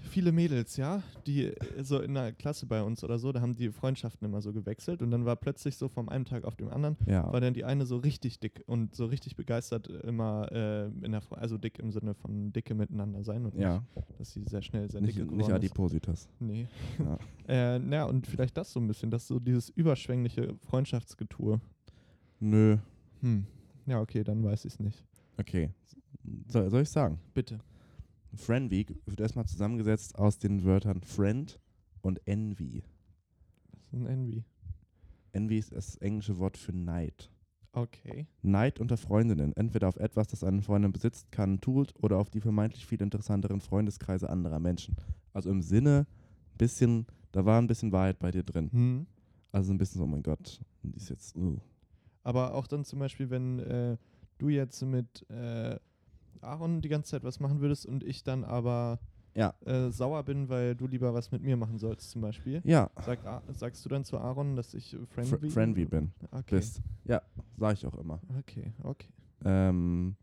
Speaker 3: viele Mädels, ja, die äh, so in der Klasse bei uns oder so, da haben die Freundschaften immer so gewechselt und dann war plötzlich so vom einen Tag auf dem anderen,
Speaker 4: Ja.
Speaker 3: war dann die eine so richtig dick und so richtig begeistert immer äh, in der Fre- also dick im Sinne von dicke miteinander sein und
Speaker 4: Ja,
Speaker 3: nicht, dass sie sehr schnell sehr
Speaker 4: nicht,
Speaker 3: dicke
Speaker 4: nicht
Speaker 3: geworden ist.
Speaker 4: Adipositas.
Speaker 3: Nee.
Speaker 4: Ja.
Speaker 3: äh, na, und vielleicht das so ein bisschen, dass so dieses überschwängliche Freundschaftsgetue.
Speaker 4: Nö.
Speaker 3: Hm. Ja, okay, dann weiß ich es nicht.
Speaker 4: Okay. Soll, soll ich sagen?
Speaker 3: Bitte.
Speaker 4: Frenvy wird erstmal zusammengesetzt aus den Wörtern Friend und Envy.
Speaker 3: Das ist ein Envy.
Speaker 4: Envy ist das englische Wort für Neid.
Speaker 3: Okay.
Speaker 4: Neid unter Freundinnen, entweder auf etwas, das eine Freundin besitzt, kann, tut oder auf die vermeintlich viel interessanteren Freundeskreise anderer Menschen. Also im Sinne, bisschen, da war ein bisschen Wahrheit bei dir drin.
Speaker 3: Hm.
Speaker 4: Also ein bisschen, so, oh mein Gott, die ist jetzt, uh.
Speaker 3: Aber auch dann zum Beispiel, wenn äh, du jetzt mit äh, Aaron die ganze Zeit was machen würdest und ich dann aber
Speaker 4: Ja.
Speaker 3: äh, sauer bin, weil du lieber was mit mir machen sollst, zum Beispiel.
Speaker 4: Ja,
Speaker 3: Sag, A- sagst du dann zu Aaron, dass ich äh,
Speaker 4: fr
Speaker 3: friendly,
Speaker 4: friendly bin,
Speaker 3: okay.
Speaker 4: bist. Ja, sag ich auch immer.
Speaker 3: Okay, okay.
Speaker 4: Ähm,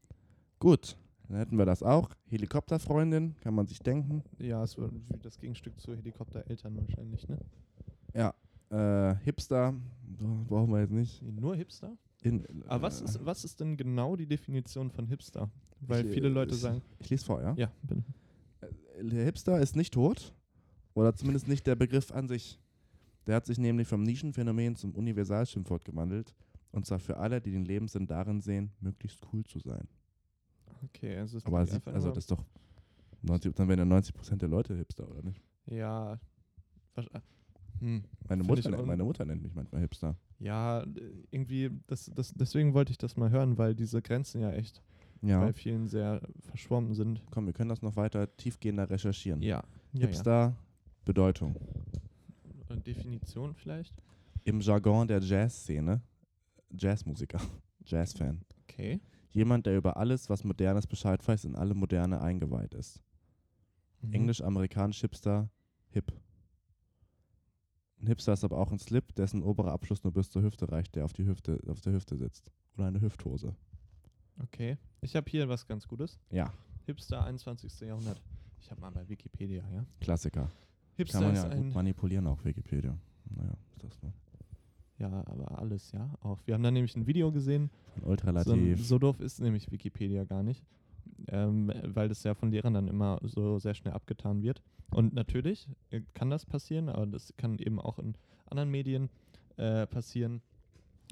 Speaker 4: gut, dann hätten wir das auch. Helikopterfreundin, kann man sich denken.
Speaker 3: Ja, es wird wie das Gegenstück zu Helikoptereltern wahrscheinlich, ne?
Speaker 4: Äh, Hipster, so, brauchen wir jetzt nicht.
Speaker 3: Nur Hipster?
Speaker 4: In,
Speaker 3: Aber Ah, was
Speaker 4: äh,
Speaker 3: ist, was ist denn genau die Definition von Hipster? Weil
Speaker 4: ich-
Speaker 3: viele Leute
Speaker 4: ich-
Speaker 3: sagen,
Speaker 4: Ich lese vor, ja?
Speaker 3: ja, bin.
Speaker 4: Der Hipster ist nicht tot. Oder zumindest nicht der Begriff an sich. Der hat sich nämlich vom Nischenphänomen zum Universalschimpfwort gewandelt. Und zwinn für alle, die den Lebenssinn darin sehen, möglichst cool zu sein.
Speaker 3: Okay, also ist
Speaker 4: Aber
Speaker 3: nicht
Speaker 4: sie,
Speaker 3: einfach
Speaker 4: also
Speaker 3: nur-
Speaker 4: das ist doch 90, dann werden ja 90 Prozent der Leute Hipster, oder nicht?
Speaker 3: ja. wasch- Hm.
Speaker 4: Meine
Speaker 3: Find
Speaker 4: Mutter,
Speaker 3: ich
Speaker 4: nennt,
Speaker 3: auch-
Speaker 4: meine Mutter nennt mich manchmal Hipster.
Speaker 3: Ja, d- irgendwie, das, das, deswegen wollte ich das mal hören, weil diese Grenzen ja echt
Speaker 4: Ja. Hm.
Speaker 3: bei vielen sehr verschwommen sind.
Speaker 4: Komm, wir können das noch weiter tiefgehender recherchieren.
Speaker 3: Ja. ja, ja.
Speaker 4: Hipster, Bedeutung.
Speaker 3: Und Definition vielleicht?
Speaker 4: Im Jargon der Jazzszene, Jazzmusiker, Jazzfan.
Speaker 3: Okay.
Speaker 4: Jemand, der über alles, was Modernes Bescheid weiß, in alle Moderne eingeweiht ist.
Speaker 3: Mhm.
Speaker 4: Englisch-amerikanisch Hipster, Hip. Ein Hipster ist aber auch ein Slip, dessen oberer Abschluss nur bis zur Hüfte reicht, der auf, die Hüfte, auf der Hüfte sitzt. Oder eine Hüfthose.
Speaker 3: Okay. Ich habe hier was ganz Gutes.
Speaker 4: Ja,
Speaker 3: Hipster 21. Jahrhundert. Ich habe mal bei Wikipedia, ja.
Speaker 4: Klassiker.
Speaker 3: Hipster
Speaker 4: Kann man
Speaker 3: ist
Speaker 4: ja
Speaker 3: ein.
Speaker 4: gut manipulieren auf Wikipedia. Naja, ist das so.
Speaker 3: Ja, aber alles, ja. Auch. Wir haben da nämlich ein Video gesehen.
Speaker 4: Von
Speaker 3: So, ein-
Speaker 4: Ultralativ.
Speaker 3: so doof ist nämlich Wikipedia gar nicht. Ähm, weil das ja von Lehrern dann immer so sehr schnell abgetan wird. Und natürlich äh, kann das passieren, aber das kann eben auch in anderen Medien äh, passieren.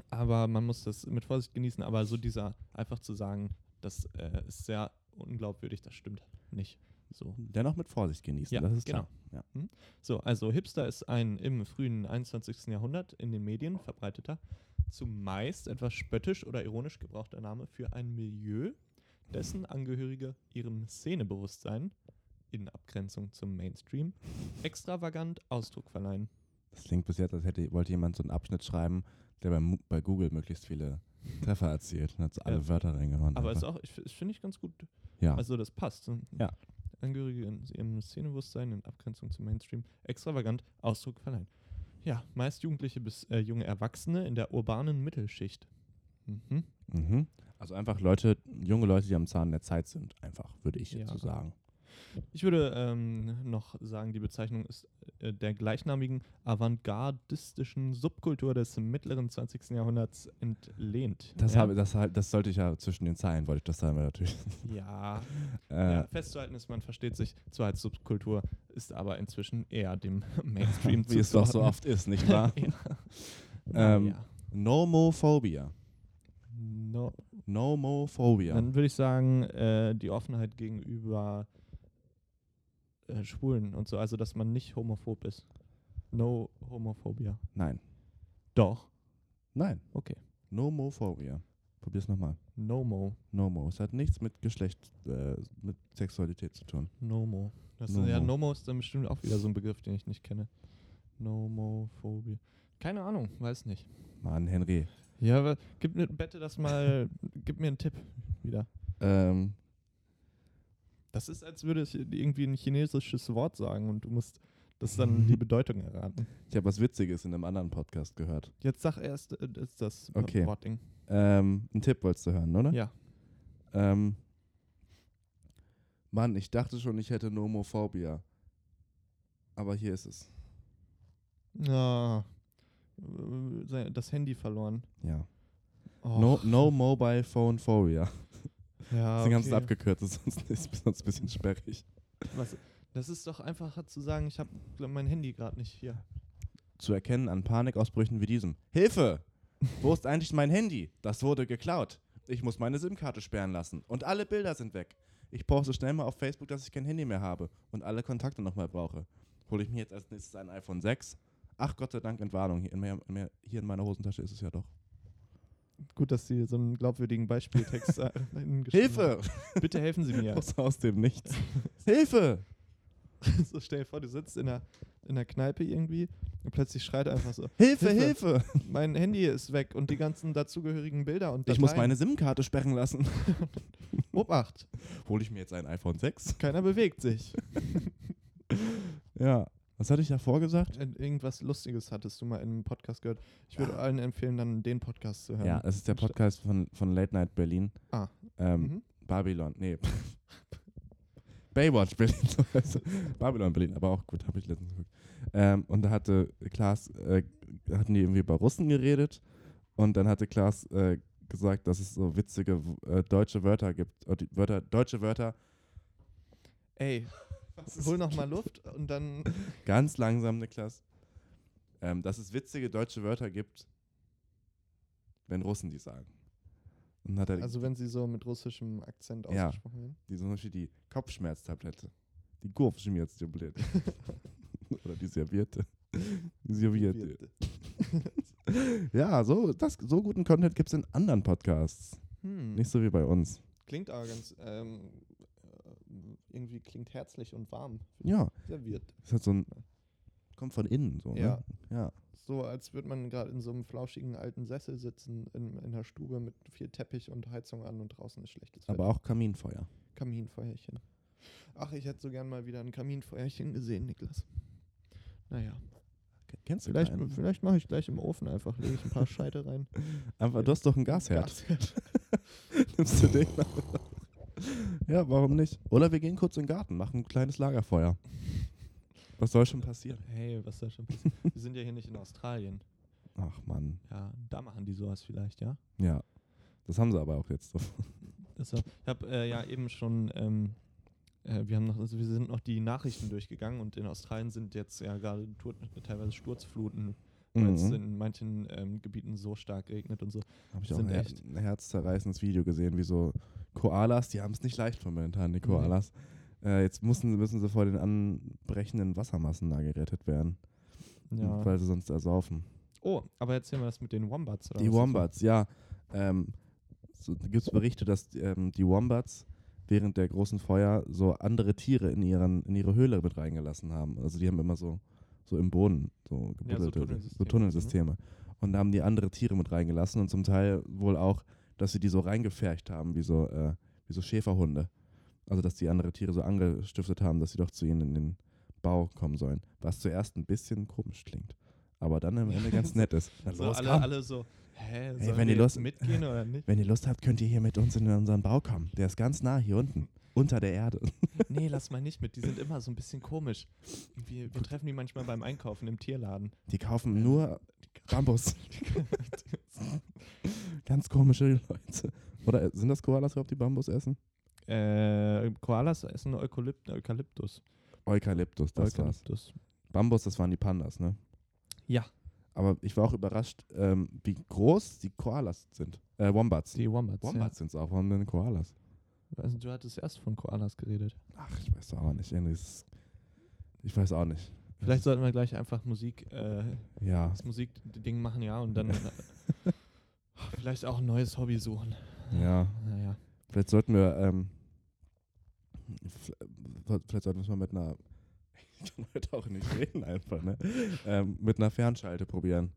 Speaker 3: Aber man muss das mit Vorsicht genießen. Aber so dieser, einfach zu sagen, das äh, ist sehr unglaubwürdig, das stimmt nicht. So.
Speaker 4: Dennoch mit Vorsicht genießen,
Speaker 3: Ja,
Speaker 4: das ist
Speaker 3: genau.
Speaker 4: klar. Ja.
Speaker 3: So, also Hipster ist ein im frühen 21. Jahrhundert in den Medien verbreiteter, zumeist etwas spöttisch oder ironisch gebrauchter Name für ein Milieu, dessen Angehörige ihrem Szenebewusstsein in Abgrenzung zum Mainstream extravagant Ausdruck verleihen.
Speaker 4: Das klingt bis jetzt, als hätte, wollte jemand so einen Abschnitt schreiben, der bei, Mu- bei Google möglichst viele Treffer erzielt und hat so alle
Speaker 3: Ja.
Speaker 4: Wörter reingehauen.
Speaker 3: Aber ist auch, ich, f- ich finde ich ganz gut.
Speaker 4: ja.
Speaker 3: Also das passt.
Speaker 4: Ja.
Speaker 3: Angehörige in ihrem Szenebewusstsein in Abgrenzung zum Mainstream extravagant Ausdruck verleihen. Ja, meist Jugendliche bis äh, junge Erwachsene in der urbanen Mittelschicht. Mhm.
Speaker 4: mhm. also einfach Leute, junge Leute, die am Zahn der Zeit sind, einfach, würde ich jetzt
Speaker 3: Ja.
Speaker 4: so sagen.
Speaker 3: Ich würde ähm, noch sagen, die Bezeichnung ist äh, der gleichnamigen avantgardistischen Subkultur des mittleren 20. Jahrhunderts entlehnt.
Speaker 4: Das,
Speaker 3: ja?
Speaker 4: habe, das, halt- das sollte ich ja zwischen den Zeilen, wollte ich das sagen, natürlich.
Speaker 3: Ja,
Speaker 4: Äh,
Speaker 3: ja, festzuhalten ist, man versteht sich zwar als Subkultur, ist aber inzwischen eher dem Mainstream
Speaker 4: Wie es doch so oft ist, nicht wahr?
Speaker 3: ja.
Speaker 4: ähm,
Speaker 3: ja.
Speaker 4: Nomophobia.
Speaker 3: No,
Speaker 4: Nomophobia.
Speaker 3: Dann würde ich sagen, äh, die Offenheit gegenüber äh, Schwulen und so, also dass man nicht homophob ist. No Homophobia.
Speaker 4: Nein.
Speaker 3: Doch.
Speaker 4: Nein.
Speaker 3: Okay.
Speaker 4: Nomophobia. Probier's nochmal.
Speaker 3: Nomo.
Speaker 4: Nomo. Es hat nichts mit Geschlecht, äh, mit Sexualität zu tun.
Speaker 3: Nomo. Das Ist,
Speaker 4: Nomo.
Speaker 3: ja, Nomo ist dann bestimmt auch wieder so ein Begriff, den ich nicht kenne. Nomophobie. Keine Ahnung, weiß nicht.
Speaker 4: Mann, Henry.
Speaker 3: Ja, aber gib mir bitte das mal, gib mir einen Tipp wieder.
Speaker 4: Ähm,
Speaker 3: Das ist, als würde ich irgendwie ein chinesisches Wort sagen und du musst das dann die Bedeutung erraten.
Speaker 4: ich habe was Witziges in einem anderen Podcast gehört.
Speaker 3: Jetzt sag erst, äh, ist das
Speaker 4: Okay.
Speaker 3: Wortding.
Speaker 4: Ähm, einen Tipp wolltest du hören, oder?
Speaker 3: Ja.
Speaker 4: Ähm, Mann, ich dachte schon, ich hätte Nomophobia. Aber hier ist es.
Speaker 3: Ja. Äh, sein- Das Handy verloren.
Speaker 4: Ja.
Speaker 3: Oh,
Speaker 4: No, no Mobile Phone Phobia.
Speaker 3: ja,
Speaker 4: Deswegen haben sie es
Speaker 3: okay.
Speaker 4: abgekürzt, sonst ist es ein bisschen sperrig.
Speaker 3: Was, das ist doch einfacher zu sagen, ich habe mein Handy gerade nicht hier.
Speaker 4: Zu erkennen an Panikausbrüchen wie diesem. Hilfe! Wo ist eigentlich mein Handy? Das wurde geklaut. Ich muss meine SIM-Karte sperren lassen. Und alle Bilder sind weg. Ich poste schnell mal auf Facebook, dass ich kein Handy mehr habe und alle Kontakte nochmal brauche. Hole ich mir jetzt als nächstes ein iPhone 6? Ach Gott sei Dank, Entwarnung. Hier in, mehr, mehr, hier in meiner Hosentasche ist es ja doch.
Speaker 3: Gut, dass Sie so einen glaubwürdigen Beispieltext äh, hingeschrieben
Speaker 4: Hilfe!
Speaker 3: haben. Also, Bitte helfen Sie mir.
Speaker 4: Aus, aus dem Nichts. Hilfe!
Speaker 3: so stell dir vor, du sitzt in der, in der Kneipe irgendwie und plötzlich schreit einfach so,
Speaker 4: Hilfe,
Speaker 3: Hilfe!
Speaker 4: Hilfe!
Speaker 3: mein Handy ist weg und die ganzen dazugehörigen Bilder und
Speaker 4: Ich muss
Speaker 3: Dateien.
Speaker 4: meine SIM-Karte sperren lassen.
Speaker 3: Obacht,
Speaker 4: Hole ich mir jetzt ein iPhone 6?
Speaker 3: keiner bewegt sich.
Speaker 4: Ja. Was hatte ich davor gesagt?
Speaker 3: Äh, Irgendwas Lustiges hattest du mal in einem Podcast gehört. Ich würde allen empfehlen, dann den Podcast zu hören.
Speaker 4: Ja, es ist der Podcast von, von Late Night Berlin.
Speaker 3: Ähm, Ah.
Speaker 4: Ähm,
Speaker 3: Mhm.
Speaker 4: Babylon, nee. Baywatch Berlin. so heißt es. Babylon Berlin, aber auch gut, habe ich letztens geguckt. Ähm, und da hatte Klaas, äh, hatten die irgendwie über Russen geredet und dann hatte Klaas äh, gesagt, dass es so witzige w- äh, deutsche Wörter gibt. Äh, die Wörter, deutsche Wörter,
Speaker 3: Ey, hol noch mal Luft und dann.
Speaker 4: ganz langsam, Niklas. Ähm, dass es witzige deutsche Wörter gibt, wenn Russen die sagen. Und hat er
Speaker 3: Also wenn sie so mit russischem Akzent
Speaker 4: Ja.
Speaker 3: ausgesprochen werden.
Speaker 4: die, zum Beispiel die Kopfschmerztablette, die Gurfschmerztablette oder die Serviette. Serviette. Ja, so, das, so guten Content gibt es in anderen Podcasts.
Speaker 3: Hm.
Speaker 4: Nicht so wie bei uns.
Speaker 3: Klingt aber ganz, ähm, äh, irgendwie klingt herzlich und warm.
Speaker 4: Ja,
Speaker 3: Serviert.
Speaker 4: ist halt so ein. Kommt von innen so, ne?
Speaker 3: Ja.
Speaker 4: ja.
Speaker 3: So, als würde man gerade in so einem flauschigen alten Sessel sitzen, in, in einer Stube mit viel Teppich und Heizung an und draußen ist schlechtes
Speaker 4: Aber auch Kaminfeuer.
Speaker 3: Wetter. Kaminfeuerchen. Ach, ich hätte so gern mal wieder ein Kaminfeuerchen gesehen, Niklas. Naja,
Speaker 4: K- Kennst du
Speaker 3: vielleicht,
Speaker 4: keinen?
Speaker 3: vielleicht mache ich gleich im Ofen einfach, lege ich ein paar Scheite rein.
Speaker 4: Aber du hast doch einen Gasherd.
Speaker 3: Gasherd.
Speaker 4: Nimmst du den? ja, warum nicht? Oder wir gehen kurz in den Garten, machen ein kleines Lagerfeuer. Was soll schon passieren?
Speaker 3: Hey, was da schon passiert? Wir sind ja hier nicht in Australien.
Speaker 4: Ach Mann.
Speaker 3: Ja, da machen die sowas vielleicht, ja?
Speaker 4: Ja. Das haben sie aber auch jetzt.
Speaker 3: Also, ich habe äh, ja eben schon, ähm, äh, wir haben noch, also wir sind noch die Nachrichten durchgegangen und in Australien sind jetzt ja gerade tu- teilweise Sturzfluten, weil es
Speaker 4: Mhm.
Speaker 3: in manchen ähm, Gebieten so stark regnet und so.
Speaker 4: Habe ich auch
Speaker 3: sind
Speaker 4: ein, her
Speaker 3: echt-
Speaker 4: ein herzzerreißendes Video gesehen, wie so Koalas, die haben es nicht leicht momentan, die Koalas. Äh, jetzt müssen, müssen sie vor den anbrechenden Wassermassen da gerettet werden, weil sie sonst ersaufen.
Speaker 3: Oh, aber erzählen wir das mit den Wombats. Oder
Speaker 4: Die
Speaker 3: was das war.
Speaker 4: Wombats, ja. Ähm, so, Gibt es Berichte, dass ähm, die Wombats während der großen Feuer so andere Tiere in, ihren, in ihre Höhle mit reingelassen haben. Also die haben immer so, so im Boden so
Speaker 3: Ja, so
Speaker 4: gebuddelte
Speaker 3: Tunnelsysteme,
Speaker 4: so Tunnelsysteme. Und da haben die andere Tiere mit reingelassen und zum Teil wohl auch, dass sie die so reingefercht haben, wie so, äh, wie so Schäferhunde. Also dass die andere Tiere so angestiftet haben, dass sie doch zu ihnen in den Bau kommen sollen. Was zuerst ein bisschen komisch klingt. Aber dann am Ende ganz nett ist. Dann
Speaker 3: So
Speaker 4: los,
Speaker 3: alle,
Speaker 4: komm.
Speaker 3: alle so, hä, sollen
Speaker 4: wenn
Speaker 3: wir
Speaker 4: die
Speaker 3: jetzt
Speaker 4: los-
Speaker 3: mitgehen oder nicht?
Speaker 4: Wenn ihr Lust habt, könnt ihr hier mit uns in unseren Bau kommen. Der ist ganz nah hier unten, unter der Erde.
Speaker 3: nee, lass mal nicht mit, die sind immer so ein bisschen komisch. Wir, wir treffen die manchmal beim Einkaufen im Tierladen.
Speaker 4: Die kaufen nur Bambus. ganz komische Leute. Oder sind das Koalas überhaupt, die Bambus essen?
Speaker 3: Äh, Koalas essen Eukalypt Eukalyptus.
Speaker 4: Eukalyptus, das war's.
Speaker 3: Eukalyptus.
Speaker 4: Bambus, das waren die Pandas, ne?
Speaker 3: Ja.
Speaker 4: Aber ich war auch überrascht, ähm, wie groß die Koalas sind. Äh, Wombats.
Speaker 3: Die Wombats.
Speaker 4: Wombats sind es auch. Warum denn Koalas?
Speaker 3: Ja. Also, du hattest erst von Koalas geredet.
Speaker 4: Ach, ich weiß auch nicht. Irgendwie ist- Ich weiß auch nicht.
Speaker 3: Vielleicht sollten wir gleich einfach Musik, äh,
Speaker 4: Ja,
Speaker 3: das Musikding machen, ja, und dann äh, vielleicht auch ein neues Hobby suchen.
Speaker 4: ja.
Speaker 3: Naja.
Speaker 4: Vielleicht sollten wir, ähm, v- vielleicht sollten wir es mal mit einer, ich kann heute auch nicht reden einfach, ne? ähm, mit einer Fernschalte probieren.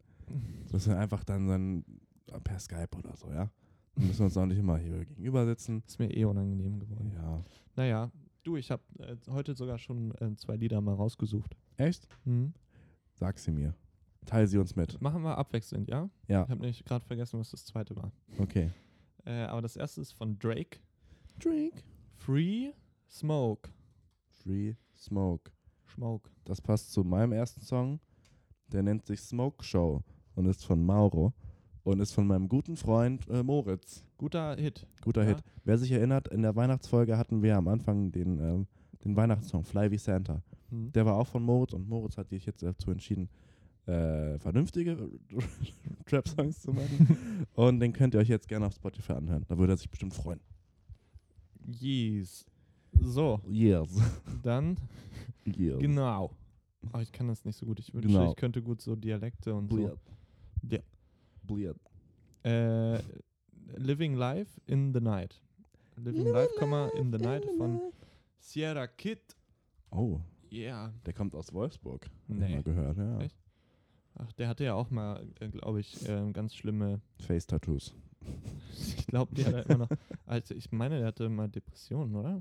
Speaker 4: Dass wir einfach dann, dann äh, per Skype oder so, ja? Dann müssen wir uns auch nicht immer hier gegenüber sitzen.
Speaker 3: Ist mir eh unangenehm geworden.
Speaker 4: Ja.
Speaker 3: Naja, du, ich habe äh, heute sogar schon äh, zwei Lieder mal rausgesucht.
Speaker 4: Echt?
Speaker 3: Mhm.
Speaker 4: Sag sie mir. Teil sie uns mit.
Speaker 3: Machen wir abwechselnd, ja?
Speaker 4: Ja,
Speaker 3: Ich habe nämlich gerade vergessen, was das zweite war.
Speaker 4: okay.
Speaker 3: Äh, aber das erste ist von Drake.
Speaker 4: Drink.
Speaker 3: Free Smoke.
Speaker 4: Free Smoke.
Speaker 3: Smoke.
Speaker 4: Das passt zu meinem ersten Song. Der nennt sich Smoke Show und ist von Mauro und ist von meinem guten Freund äh, Moritz.
Speaker 3: Guter Hit.
Speaker 4: Guter
Speaker 3: Ja.
Speaker 4: Hit. Wer sich erinnert, in der Weihnachtsfolge hatten wir am Anfang den, ähm, den Weihnachtssong Fly wie Santa.
Speaker 3: Mhm.
Speaker 4: Der war auch von Moritz und Moritz hat sich jetzt dazu entschieden, äh, vernünftige Trap-Songs zu machen. und den könnt ihr euch jetzt gerne auf Spotify anhören. Da würde er sich bestimmt freuen.
Speaker 3: Yes. So,
Speaker 4: Yes.
Speaker 3: dann
Speaker 4: yes.
Speaker 3: Genau. Aber ich kann das nicht so gut. Ich wünschte,
Speaker 4: Genau.
Speaker 3: ich könnte gut so Dialekte und so.
Speaker 4: Bliert.
Speaker 3: Ja.
Speaker 4: Bliert.
Speaker 3: Äh, Living Life in the Night. Living Life, Komma, in the Night von Sierra Kid.
Speaker 4: Oh,
Speaker 3: Yeah.
Speaker 4: der kommt aus Wolfsburg. Hab ich
Speaker 3: Nee.
Speaker 4: Mal gehört, ja.
Speaker 3: Echt? Ach, der hatte ja auch mal, glaube ich, ähm, ganz schlimme.
Speaker 4: Face-Tattoos.
Speaker 3: Ich glaube, der hat er immer noch. Also ich meine, der hatte mal Depressionen, oder?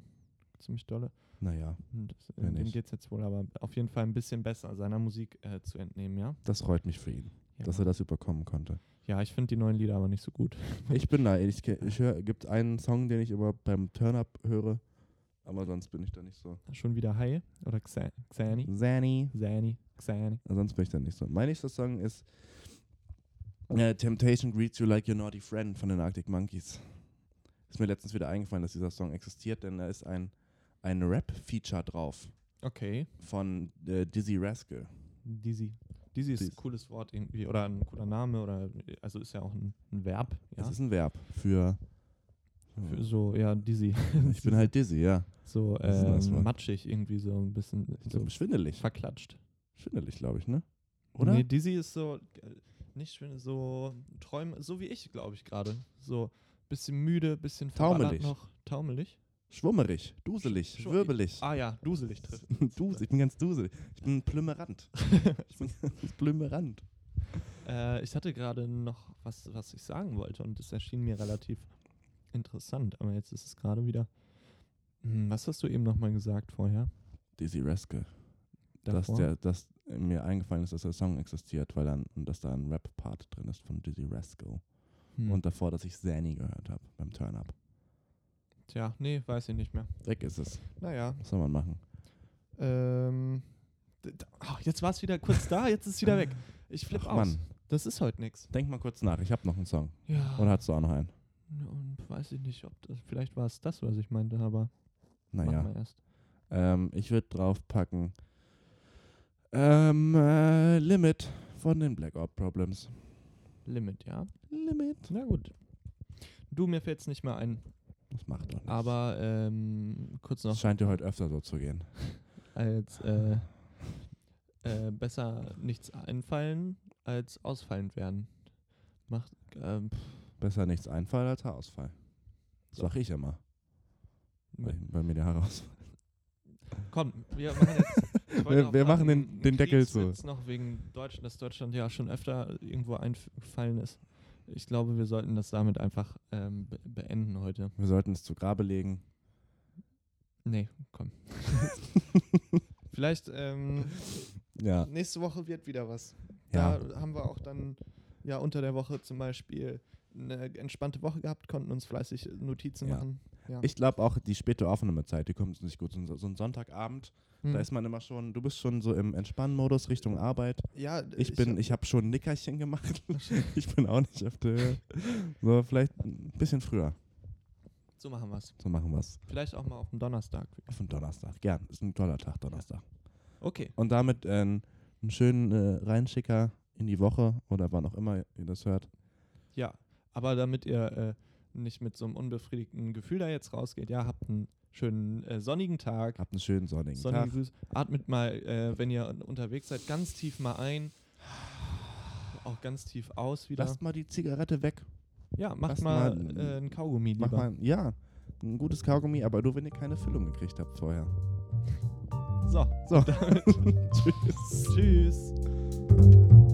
Speaker 3: Ziemlich dolle.
Speaker 4: Naja,
Speaker 3: Und das, äh,
Speaker 4: Wenn
Speaker 3: dem
Speaker 4: nicht.
Speaker 3: geht es jetzt wohl aber auf jeden Fall ein bisschen besser, seiner Musik äh, zu entnehmen, ja?
Speaker 4: das freut mich für ihn,
Speaker 3: Ja,
Speaker 4: dass er das überkommen konnte.
Speaker 3: ja ich finde die neuen Lieder aber nicht so gut.
Speaker 4: Ich bin da, ich, ke- ich höre, gibt einen Song, den ich immer beim Turn-Up höre, aber sonst bin ich da nicht so.
Speaker 3: Schon wieder Hai oder Xa- Xani.
Speaker 4: Zanny.
Speaker 3: Xani, Xani.
Speaker 4: Sonst bin ich da nicht so. Mein nächster Song ist äh, Temptation Greets You Like Your Naughty Friend von den Arctic Monkeys. Ist mir letztens wieder eingefallen, dass dieser Song existiert, denn da ist ein, ein Rap-Feature drauf
Speaker 3: Okay,
Speaker 4: von äh, Dizzy Rascal.
Speaker 3: Dizzy. Dizzy ist ein
Speaker 4: Dizzy.
Speaker 3: cooles Wort irgendwie oder ein cooler Name oder also ist ja auch ein, ein Verb.
Speaker 4: Das
Speaker 3: Ja?
Speaker 4: ist ein Verb für.
Speaker 3: Für so, ja, Dizzy.
Speaker 4: ich bin halt dizzy, ja.
Speaker 3: so
Speaker 4: Was ist denn das
Speaker 3: ähm,
Speaker 4: Wort?
Speaker 3: matschig irgendwie so ein bisschen so
Speaker 4: schwindelig.
Speaker 3: verklatscht.
Speaker 4: Schwindelig, glaube ich, ne? Oder?
Speaker 3: Nee, Dizzy ist so, äh, nicht schön, so träum, so wie ich, glaube ich, gerade. So bisschen müde, bisschen verballert
Speaker 4: Taumelig.
Speaker 3: noch. Taumelig.
Speaker 4: Schwummerig, duselig,
Speaker 3: Schw-
Speaker 4: wirbelig.
Speaker 3: Ah ja, duselig trifft.
Speaker 4: Dusel, ich bin ganz duselig. Ich bin plümerant. Ich bin ganz plümerant.
Speaker 3: Äh, ich hatte gerade noch was, was ich sagen wollte und das erschien mir relativ interessant, aber jetzt ist es gerade wieder. Hm, was hast du eben nochmal gesagt vorher?
Speaker 4: Dizzy Rascal. Dass,
Speaker 3: Davor?
Speaker 4: der, dass mir eingefallen ist, dass der Song existiert, weil dann, und dass da ein Rap-Part drin ist von Dizzy Rascal.
Speaker 3: Hm.
Speaker 4: Und davor, dass ich Zanny gehört habe beim Turn-Up.
Speaker 3: Tja, nee, weiß ich nicht mehr.
Speaker 4: Weg ist es.
Speaker 3: Naja,
Speaker 4: Was soll man machen?
Speaker 3: ähm. d- d- Ach, jetzt war es wieder kurz da, jetzt ist es wieder weg. Ich flipp
Speaker 4: Ach,
Speaker 3: aus.
Speaker 4: Mann.
Speaker 3: Das ist heute nix.
Speaker 4: Denk mal kurz nach. Ich habe noch einen Song.
Speaker 3: Ja.
Speaker 4: Oder hast du auch noch einen?
Speaker 3: Und weiß ich nicht, ob das. Vielleicht war es das, was ich meinte, aber
Speaker 4: Naja.
Speaker 3: machen wir erst.
Speaker 4: Ähm, ich würde draufpacken ähm, äh, Limit von den Black Ops Problems.
Speaker 3: Limit, ja.
Speaker 4: Limit.
Speaker 3: Na gut. Du, mir fällt's nicht mehr ein.
Speaker 4: Das macht doch nichts.
Speaker 3: Aber ähm, kurz
Speaker 4: es
Speaker 3: noch
Speaker 4: scheint dir heute öfter so zu gehen.
Speaker 3: als äh, äh, besser nichts einfallen als ausfallend werden. Macht ähm, pff,
Speaker 4: Besser nichts einfallen als Haarausfall. Das sag ich immer, weil, weil mir die Haare ausfallen.
Speaker 3: komm, wir machen jetzt. ich wollte
Speaker 4: Wir-
Speaker 3: auch
Speaker 4: wir
Speaker 3: gerade
Speaker 4: machen den-
Speaker 3: einen
Speaker 4: den Deckel zu.
Speaker 3: Kriegswitz noch wegen Deutschland, dass Deutschland ja schon öfter irgendwo eingefallen ist. Ich glaube, wir sollten das damit einfach ähm, be beenden heute.
Speaker 4: Wir sollten es zu Grabe legen.
Speaker 3: Nee, komm. Vielleicht ähm,
Speaker 4: Ja.
Speaker 3: nächste Woche wird wieder was.
Speaker 4: ja.
Speaker 3: Da haben wir auch dann ja unter der Woche zum Beispiel eine entspannte Woche gehabt, konnten uns fleißig äh, Notizen
Speaker 4: Ja.
Speaker 3: machen. Ja.
Speaker 4: Ich glaube auch, die späte Aufnahmezeit, die kommt uns nicht gut. So ein- so ein Sonntagabend,
Speaker 3: Hm.
Speaker 4: da ist man immer schon, du bist schon so im Entspannmodus Richtung Arbeit.
Speaker 3: ja,
Speaker 4: Ich bin, ich habe schon ein Nickerchen gemacht. Ich bin auch nicht auf der Höhe. So, vielleicht ein bisschen früher.
Speaker 3: so machen wir es.
Speaker 4: So machen wir es.
Speaker 3: Vielleicht auch mal auf dem Donnerstag.
Speaker 4: Auf den Donnerstag. Gern. Ist ein toller Tag, Donnerstag.
Speaker 3: Okay.
Speaker 4: Und damit äh, einen schönen äh, Reinschicker in die Woche oder wann auch immer ihr das hört.
Speaker 3: Ja, aber damit ihr äh, nicht mit so einem unbefriedigten Gefühl da jetzt rausgeht, ja, habt einen schönen äh, sonnigen Tag.
Speaker 4: Habt einen schönen sonnigen
Speaker 3: Sonnigen
Speaker 4: Tag.
Speaker 3: Grüß. Atmet mal, äh, wenn ihr unterwegs seid, ganz tief mal ein. Auch ganz tief aus wieder.
Speaker 4: Lasst mal die Zigarette weg.
Speaker 3: ja, macht
Speaker 4: lasst
Speaker 3: mal,
Speaker 4: mal-
Speaker 3: äh, einen Kaugummi lieber.
Speaker 4: Mach mal, ja, ein gutes Kaugummi, aber nur, wenn ihr keine Füllung gekriegt habt vorher.
Speaker 3: So,
Speaker 4: So, tschüss.
Speaker 3: tschüss.